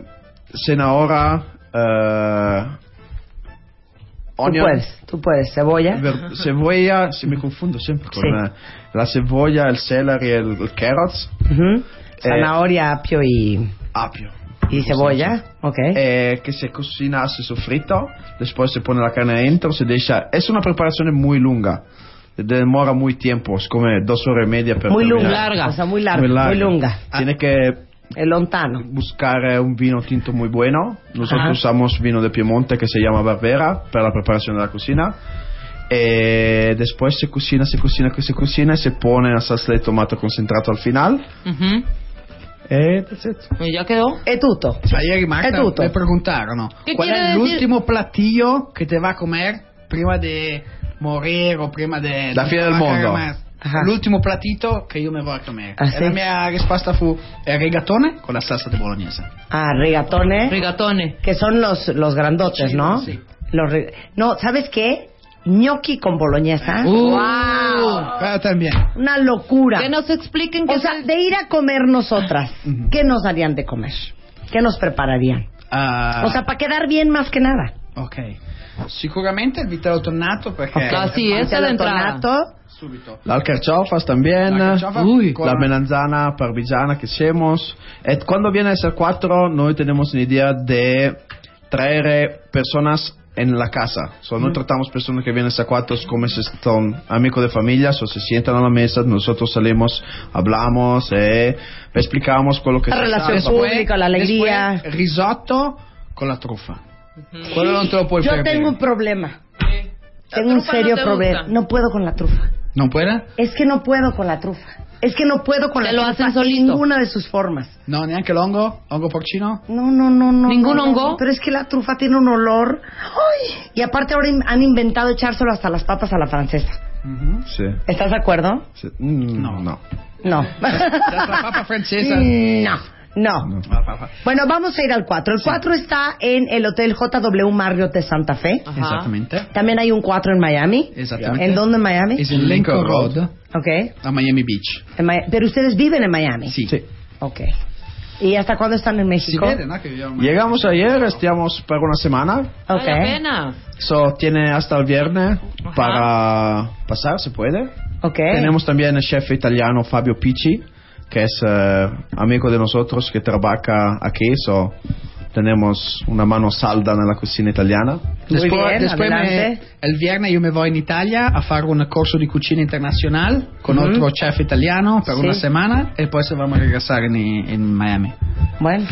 [SPEAKER 6] senahora, eh,
[SPEAKER 4] Tú
[SPEAKER 6] onion,
[SPEAKER 4] puedes, tú puedes, cebolla.
[SPEAKER 6] ver- cebolla, se me confundo siempre con
[SPEAKER 4] Sí.
[SPEAKER 6] eh, la cebolla, el celery, el, el carrots,
[SPEAKER 4] ujú, Zanahoria, apio y,
[SPEAKER 6] apio.
[SPEAKER 4] y cebolla. Ok.
[SPEAKER 6] eh, che se cucinasse soffritto, poi si pone la carne dentro, si deixa... È una preparazione molto lunga, demora molto tempo, come due ore e media per
[SPEAKER 4] Muy lunga.
[SPEAKER 6] terminare.
[SPEAKER 4] O sea, muy larga. Muy,
[SPEAKER 6] Muy larga.
[SPEAKER 4] lunga.
[SPEAKER 6] Tiene che
[SPEAKER 4] Es lontano.
[SPEAKER 6] buscare un vino tinto molto buono, nosotros
[SPEAKER 4] Ah.
[SPEAKER 6] usamos vino de Piemonte che si chiama Barbera per la preparazione della cucina. E después si cucina, si cucina, si cucina e si pone la salsa di tomato concentrato al final.
[SPEAKER 4] Eh,
[SPEAKER 6] E that's it.
[SPEAKER 5] Eh, ¿Y ya quedó?
[SPEAKER 4] Es tuto.
[SPEAKER 12] Cioè, ieri
[SPEAKER 4] È
[SPEAKER 12] Marta
[SPEAKER 4] tutto.
[SPEAKER 12] le preguntarono
[SPEAKER 5] Che
[SPEAKER 12] qual
[SPEAKER 5] chiede
[SPEAKER 12] è
[SPEAKER 5] di-
[SPEAKER 12] l'ultimo platillo che te va a comer prima di morire o prima di...
[SPEAKER 6] La fine del mondo.
[SPEAKER 4] Ah.
[SPEAKER 12] L'ultimo platito che io mi voglio comer.
[SPEAKER 4] Ah,
[SPEAKER 12] e
[SPEAKER 4] sì?
[SPEAKER 12] la mia risposta fu eh, rigatone con la salsa di bolognese.
[SPEAKER 4] Ah, regatones.
[SPEAKER 5] Rigatone.
[SPEAKER 4] que son los, los grandotes,
[SPEAKER 12] Sí,
[SPEAKER 4] ¿no?
[SPEAKER 12] sí.
[SPEAKER 4] Los re- no, ¿sabes qué? Gnocchi con boloñesa.
[SPEAKER 5] Uh.
[SPEAKER 4] ¡Wow!
[SPEAKER 12] Pero también.
[SPEAKER 4] Una locura.
[SPEAKER 5] Que nos expliquen qué
[SPEAKER 4] O sea, de ir a comer nosotras, ¿qué nos harían de comer? ¿Qué nos prepararían?
[SPEAKER 12] ah,
[SPEAKER 4] O sea, para quedar bien más que nada.
[SPEAKER 12] ok. Sicuramente il vitello tonnato perché...
[SPEAKER 5] Ok. Ah, sì, esa es la entrada.
[SPEAKER 4] Tonato,
[SPEAKER 12] Subito.
[SPEAKER 6] L'alcarciofas también.
[SPEAKER 12] La alcachofa
[SPEAKER 6] Uy.
[SPEAKER 12] con-
[SPEAKER 6] la melanzana parmigiana que hacemos. Et cuando viene a ser cuatro, noi tenemos una idea de traer eh, personas en la casa. So,
[SPEAKER 4] Mm.
[SPEAKER 6] noi tratamos personas que vienen a ser cuatro como si son amigos de familia, o se sientan a la mesa, nosotros salimos, hablamos, eh, explicamos con lo
[SPEAKER 12] Pues
[SPEAKER 6] que
[SPEAKER 4] La relación
[SPEAKER 6] pasa.
[SPEAKER 4] pública. Pubblico, l'allegria.
[SPEAKER 12] Después, risotto con la truffa. Quello non te lo puoi
[SPEAKER 3] Pues
[SPEAKER 4] yo
[SPEAKER 12] perdere.
[SPEAKER 4] tengo un problema.
[SPEAKER 5] La
[SPEAKER 4] Tengo un
[SPEAKER 5] trufa no
[SPEAKER 4] serio
[SPEAKER 5] te
[SPEAKER 4] problema.
[SPEAKER 5] gusta.
[SPEAKER 4] No puedo con la trufa.
[SPEAKER 12] Non puoi?
[SPEAKER 4] Es que no puedo con la trufa. Es que no puedo con la
[SPEAKER 5] Te lo
[SPEAKER 4] trufa
[SPEAKER 5] hacen
[SPEAKER 4] en
[SPEAKER 5] solito.
[SPEAKER 4] ninguna de sus formas.
[SPEAKER 12] No, neanche l'ongo? Ongo porcino?
[SPEAKER 4] No, no, no, no.
[SPEAKER 5] ¿Ningún
[SPEAKER 4] no, no,
[SPEAKER 5] hongo?
[SPEAKER 4] no, Pero es que la trufa tiene un olor. ¡Ay! Y aparte ahora in- han inventado echárselo hasta las papas a la francesa.
[SPEAKER 6] Sí,
[SPEAKER 4] ¿Estás de acuerdo?
[SPEAKER 6] sí. Mm,
[SPEAKER 12] No.
[SPEAKER 6] no.
[SPEAKER 4] No.
[SPEAKER 12] La papa francese.
[SPEAKER 4] no, no.
[SPEAKER 12] La papa.
[SPEAKER 4] Bueno, vamos a ir al 4. El 4 está en el Hotel JW Marriott de Santa Fe.
[SPEAKER 5] Ajá.
[SPEAKER 12] Esattamente.
[SPEAKER 4] También hay un 4 en Miami.
[SPEAKER 12] Esattamente.
[SPEAKER 4] ¿En dónde en Miami?
[SPEAKER 12] Es in Lincoln Road
[SPEAKER 4] Ok.
[SPEAKER 12] a Miami Beach.
[SPEAKER 4] En Mi- Pero ustedes viven en Miami.
[SPEAKER 12] Sì.
[SPEAKER 4] Ok. ¿Y hasta cuándo están en
[SPEAKER 12] Si
[SPEAKER 4] México?
[SPEAKER 12] vede, no? Che viviamo.
[SPEAKER 6] Llegamos ayer, estamos para una semana.
[SPEAKER 4] Ok.
[SPEAKER 5] Vale la pena.
[SPEAKER 6] So, tiene hasta el viernes para pasar, se puede.
[SPEAKER 4] Ok.
[SPEAKER 6] Tenemos también el chef italiano Fabio Picci, que es eh, amigo de nosotros que trabaja aquí. So, tenemos una mano salda en la cocina italiana.
[SPEAKER 4] Muy bien,
[SPEAKER 12] después me,
[SPEAKER 4] adelante.
[SPEAKER 12] il viernes io mi vado in Italia a fare un corso di cucina internazionale con
[SPEAKER 4] Mhm.
[SPEAKER 12] altro chef italiano per
[SPEAKER 4] Sì.
[SPEAKER 12] una settimana e poi se vamo a regressare in, in Miami.
[SPEAKER 4] Bueno,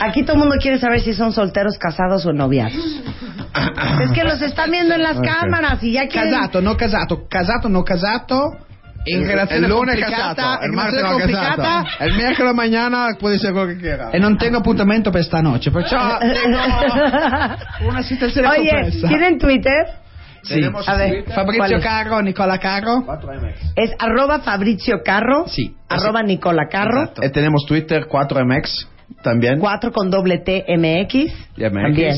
[SPEAKER 4] Aquí todo el mundo quiere saber si son solteros, casados o noviados. Es que los están viendo en las
[SPEAKER 12] Ok.
[SPEAKER 4] cámaras y ya quieren...
[SPEAKER 12] Casato, no casato, casato, no casato. In relazione
[SPEAKER 6] il lunedì è
[SPEAKER 12] complicata,
[SPEAKER 6] casato, il
[SPEAKER 12] in
[SPEAKER 6] martedì
[SPEAKER 12] relazione
[SPEAKER 6] è casato,
[SPEAKER 12] complicata.
[SPEAKER 6] il mercoledì mattina può essere quello che chieda.
[SPEAKER 12] E non tengo appuntamento per stanotte, perciò
[SPEAKER 4] *laughs*
[SPEAKER 12] tengo una situazione
[SPEAKER 4] Oye,
[SPEAKER 12] complessa.
[SPEAKER 4] ¿tienen Twitter?
[SPEAKER 12] Sì.
[SPEAKER 4] A ver, ¿cuál
[SPEAKER 12] Fabrizio
[SPEAKER 4] es?
[SPEAKER 12] Carro, Nicola Carro.
[SPEAKER 4] Es arroba Fabricio Carro.
[SPEAKER 6] Sí.
[SPEAKER 4] Arroba Nicola Carro.
[SPEAKER 6] E tenemos Twitter 4MX también.
[SPEAKER 4] 4 con doble T MX.
[SPEAKER 6] Y MX.
[SPEAKER 4] También.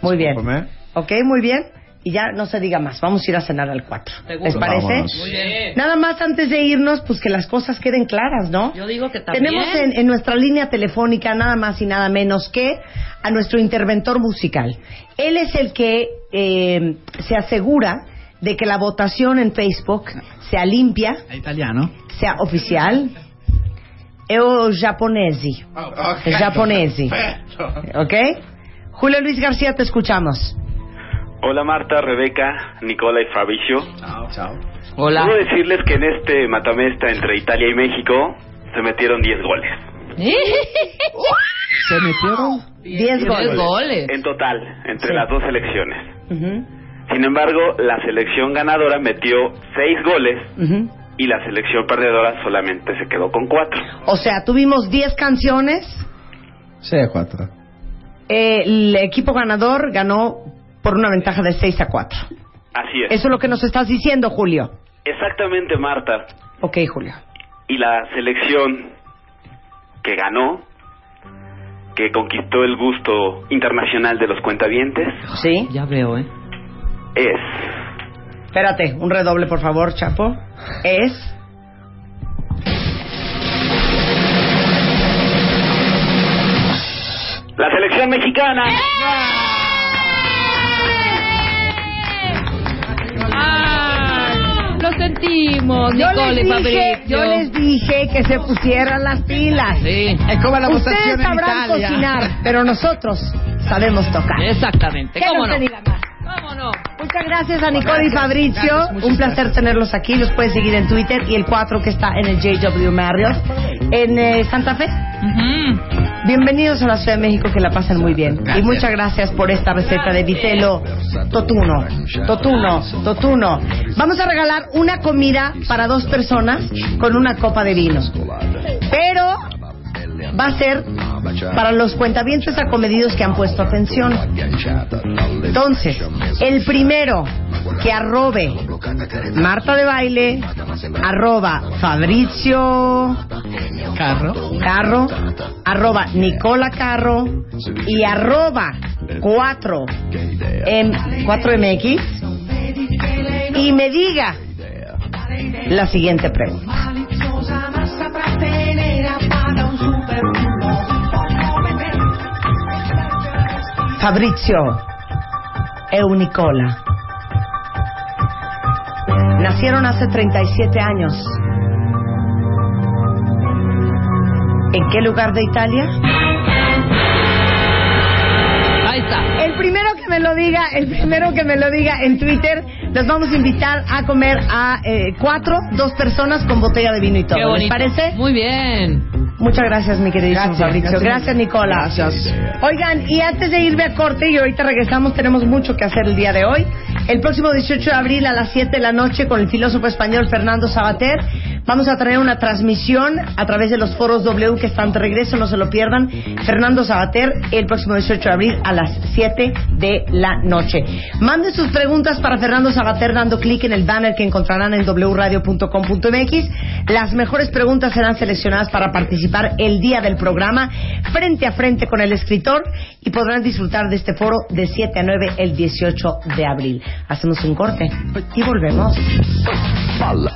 [SPEAKER 4] Muy bien.
[SPEAKER 6] Discúlpame.
[SPEAKER 4] Ok, muy bien. Y ya no se diga más. Vamos a ir a cenar al 4.
[SPEAKER 5] Seguro.
[SPEAKER 4] ¿Les parece?
[SPEAKER 6] Vámonos.
[SPEAKER 5] Muy bien.
[SPEAKER 4] Nada más antes de irnos, pues que las cosas queden claras, ¿no?
[SPEAKER 5] Yo digo que también.
[SPEAKER 4] Tenemos en, en nuestra línea telefónica nada más y nada menos que a nuestro interventor musical. Él es el que eh, se asegura de que la votación en Facebook sea limpia,
[SPEAKER 12] È italiano?
[SPEAKER 4] sea oficial. Eu japonesi. Japonesi. ¿Ok? Julio Luis García, te escuchamos.
[SPEAKER 9] Hola Marta, Rebeca, Nicola y Fabricio.
[SPEAKER 6] Ciao, ciao.
[SPEAKER 5] Hola.
[SPEAKER 9] Quiero decirles que en este matamesta entre Italia y México se metieron 10 goles.
[SPEAKER 4] *laughs*
[SPEAKER 6] ¿Se metieron?
[SPEAKER 4] 10 goles.
[SPEAKER 9] En total, entre
[SPEAKER 4] Sí.
[SPEAKER 9] las dos selecciones.
[SPEAKER 4] Ujú,
[SPEAKER 9] Sin embargo, la selección ganadora metió 6 goles
[SPEAKER 4] ujú.
[SPEAKER 9] y la selección perdedora solamente se quedó con 4.
[SPEAKER 4] O sea, tuvimos 10 canciones.
[SPEAKER 6] Sì, è 4.
[SPEAKER 4] eh, el equipo ganador ganó por una ventaja de 6 a 4.
[SPEAKER 9] Así es.
[SPEAKER 4] Eso es lo que nos estás diciendo, Julio.
[SPEAKER 9] Exactamente, Marta.
[SPEAKER 4] Ok, Julio.
[SPEAKER 9] Y la selección que ganó, que conquistó el gusto internacional de los cuentavientes,
[SPEAKER 4] ¿Sí?
[SPEAKER 5] Ya veo, ¿eh?
[SPEAKER 9] es
[SPEAKER 4] Espérate, un redoble, por favor, Chapo. Es.
[SPEAKER 9] la selección mexicana.
[SPEAKER 5] Ay, Ah. Lo sentimos,
[SPEAKER 4] Yo
[SPEAKER 5] Nicole
[SPEAKER 4] les,
[SPEAKER 5] y
[SPEAKER 4] dije,
[SPEAKER 5] Fabricio.
[SPEAKER 4] yo les dije que se pusieran las pilas.
[SPEAKER 5] Sí,
[SPEAKER 12] È come la
[SPEAKER 4] Ustedes
[SPEAKER 12] votazione in
[SPEAKER 4] sabrán
[SPEAKER 12] Italia.
[SPEAKER 4] cocinar, pero nosotros sabemos tocar.
[SPEAKER 5] exactamente.
[SPEAKER 4] Que
[SPEAKER 5] ¿Cómo
[SPEAKER 4] no
[SPEAKER 5] no?
[SPEAKER 4] se diga más.
[SPEAKER 5] ¿Cómo no?
[SPEAKER 4] Muchas gracias a Nicole y Fabricio.
[SPEAKER 12] Gracias, muchas
[SPEAKER 4] Un placer
[SPEAKER 12] gracias.
[SPEAKER 4] tenerlos aquí. Los puedes seguir en Twitter y el 4 que está en el JW Marriott. En eh, Santa Fe.
[SPEAKER 5] Ujú.
[SPEAKER 4] Bienvenidos a la Ciudad de México, que la pasen muy bien. Y muchas gracias por esta receta de vitelo totuno, totuno, totuno. Vamos a regalar una comida para dos personas con una copa de vino. Pero va a ser para los cuentavientes acomedidos que han puesto atención. Entonces, el primero que arrobe Marta de Baile, arroba Fabricio
[SPEAKER 12] Carro.
[SPEAKER 4] Carro, arroba Nicola Carro y arroba 4 m 4mx y me diga la siguiente pregunta. Fabrizio Eu Nicola nacieron hace 37 años. ¿En qué lugar de Italia?
[SPEAKER 5] Ahí está.
[SPEAKER 4] El primero que me lo diga, el primero que me lo diga en Twitter, los vamos a invitar a comer a eh, cuatro, dos personas con botella de vino y
[SPEAKER 5] Qué
[SPEAKER 4] todo. ¿Les
[SPEAKER 5] bonito.
[SPEAKER 4] parece?
[SPEAKER 5] Muy bien.
[SPEAKER 4] Muchas gracias, mi querido
[SPEAKER 12] Gracias,
[SPEAKER 4] Fabricio. Gracias,
[SPEAKER 12] gracias.
[SPEAKER 4] Nicola.
[SPEAKER 12] Gracias.
[SPEAKER 4] Oigan, y antes de irme a corte y ahorita regresamos, tenemos mucho que hacer el día de hoy. El próximo 18 de abril a las 7 de la noche con el filósofo español Fernando Sabater vamos a tener una transmisión a través de los foros W que están de regreso, no se lo pierdan. Fernando Sabater el próximo 18 de abril a las 7 de la noche. Manden sus preguntas para Fernando Sabater dando clic en el banner que encontrarán en wradio.com.mx. Las mejores preguntas serán seleccionadas para participar el día del programa frente a frente con el escritor y podrán disfrutar de este foro de 7 a 9 el 18 de abril. Hacemos un corte y volvemos.
[SPEAKER 1] Balla,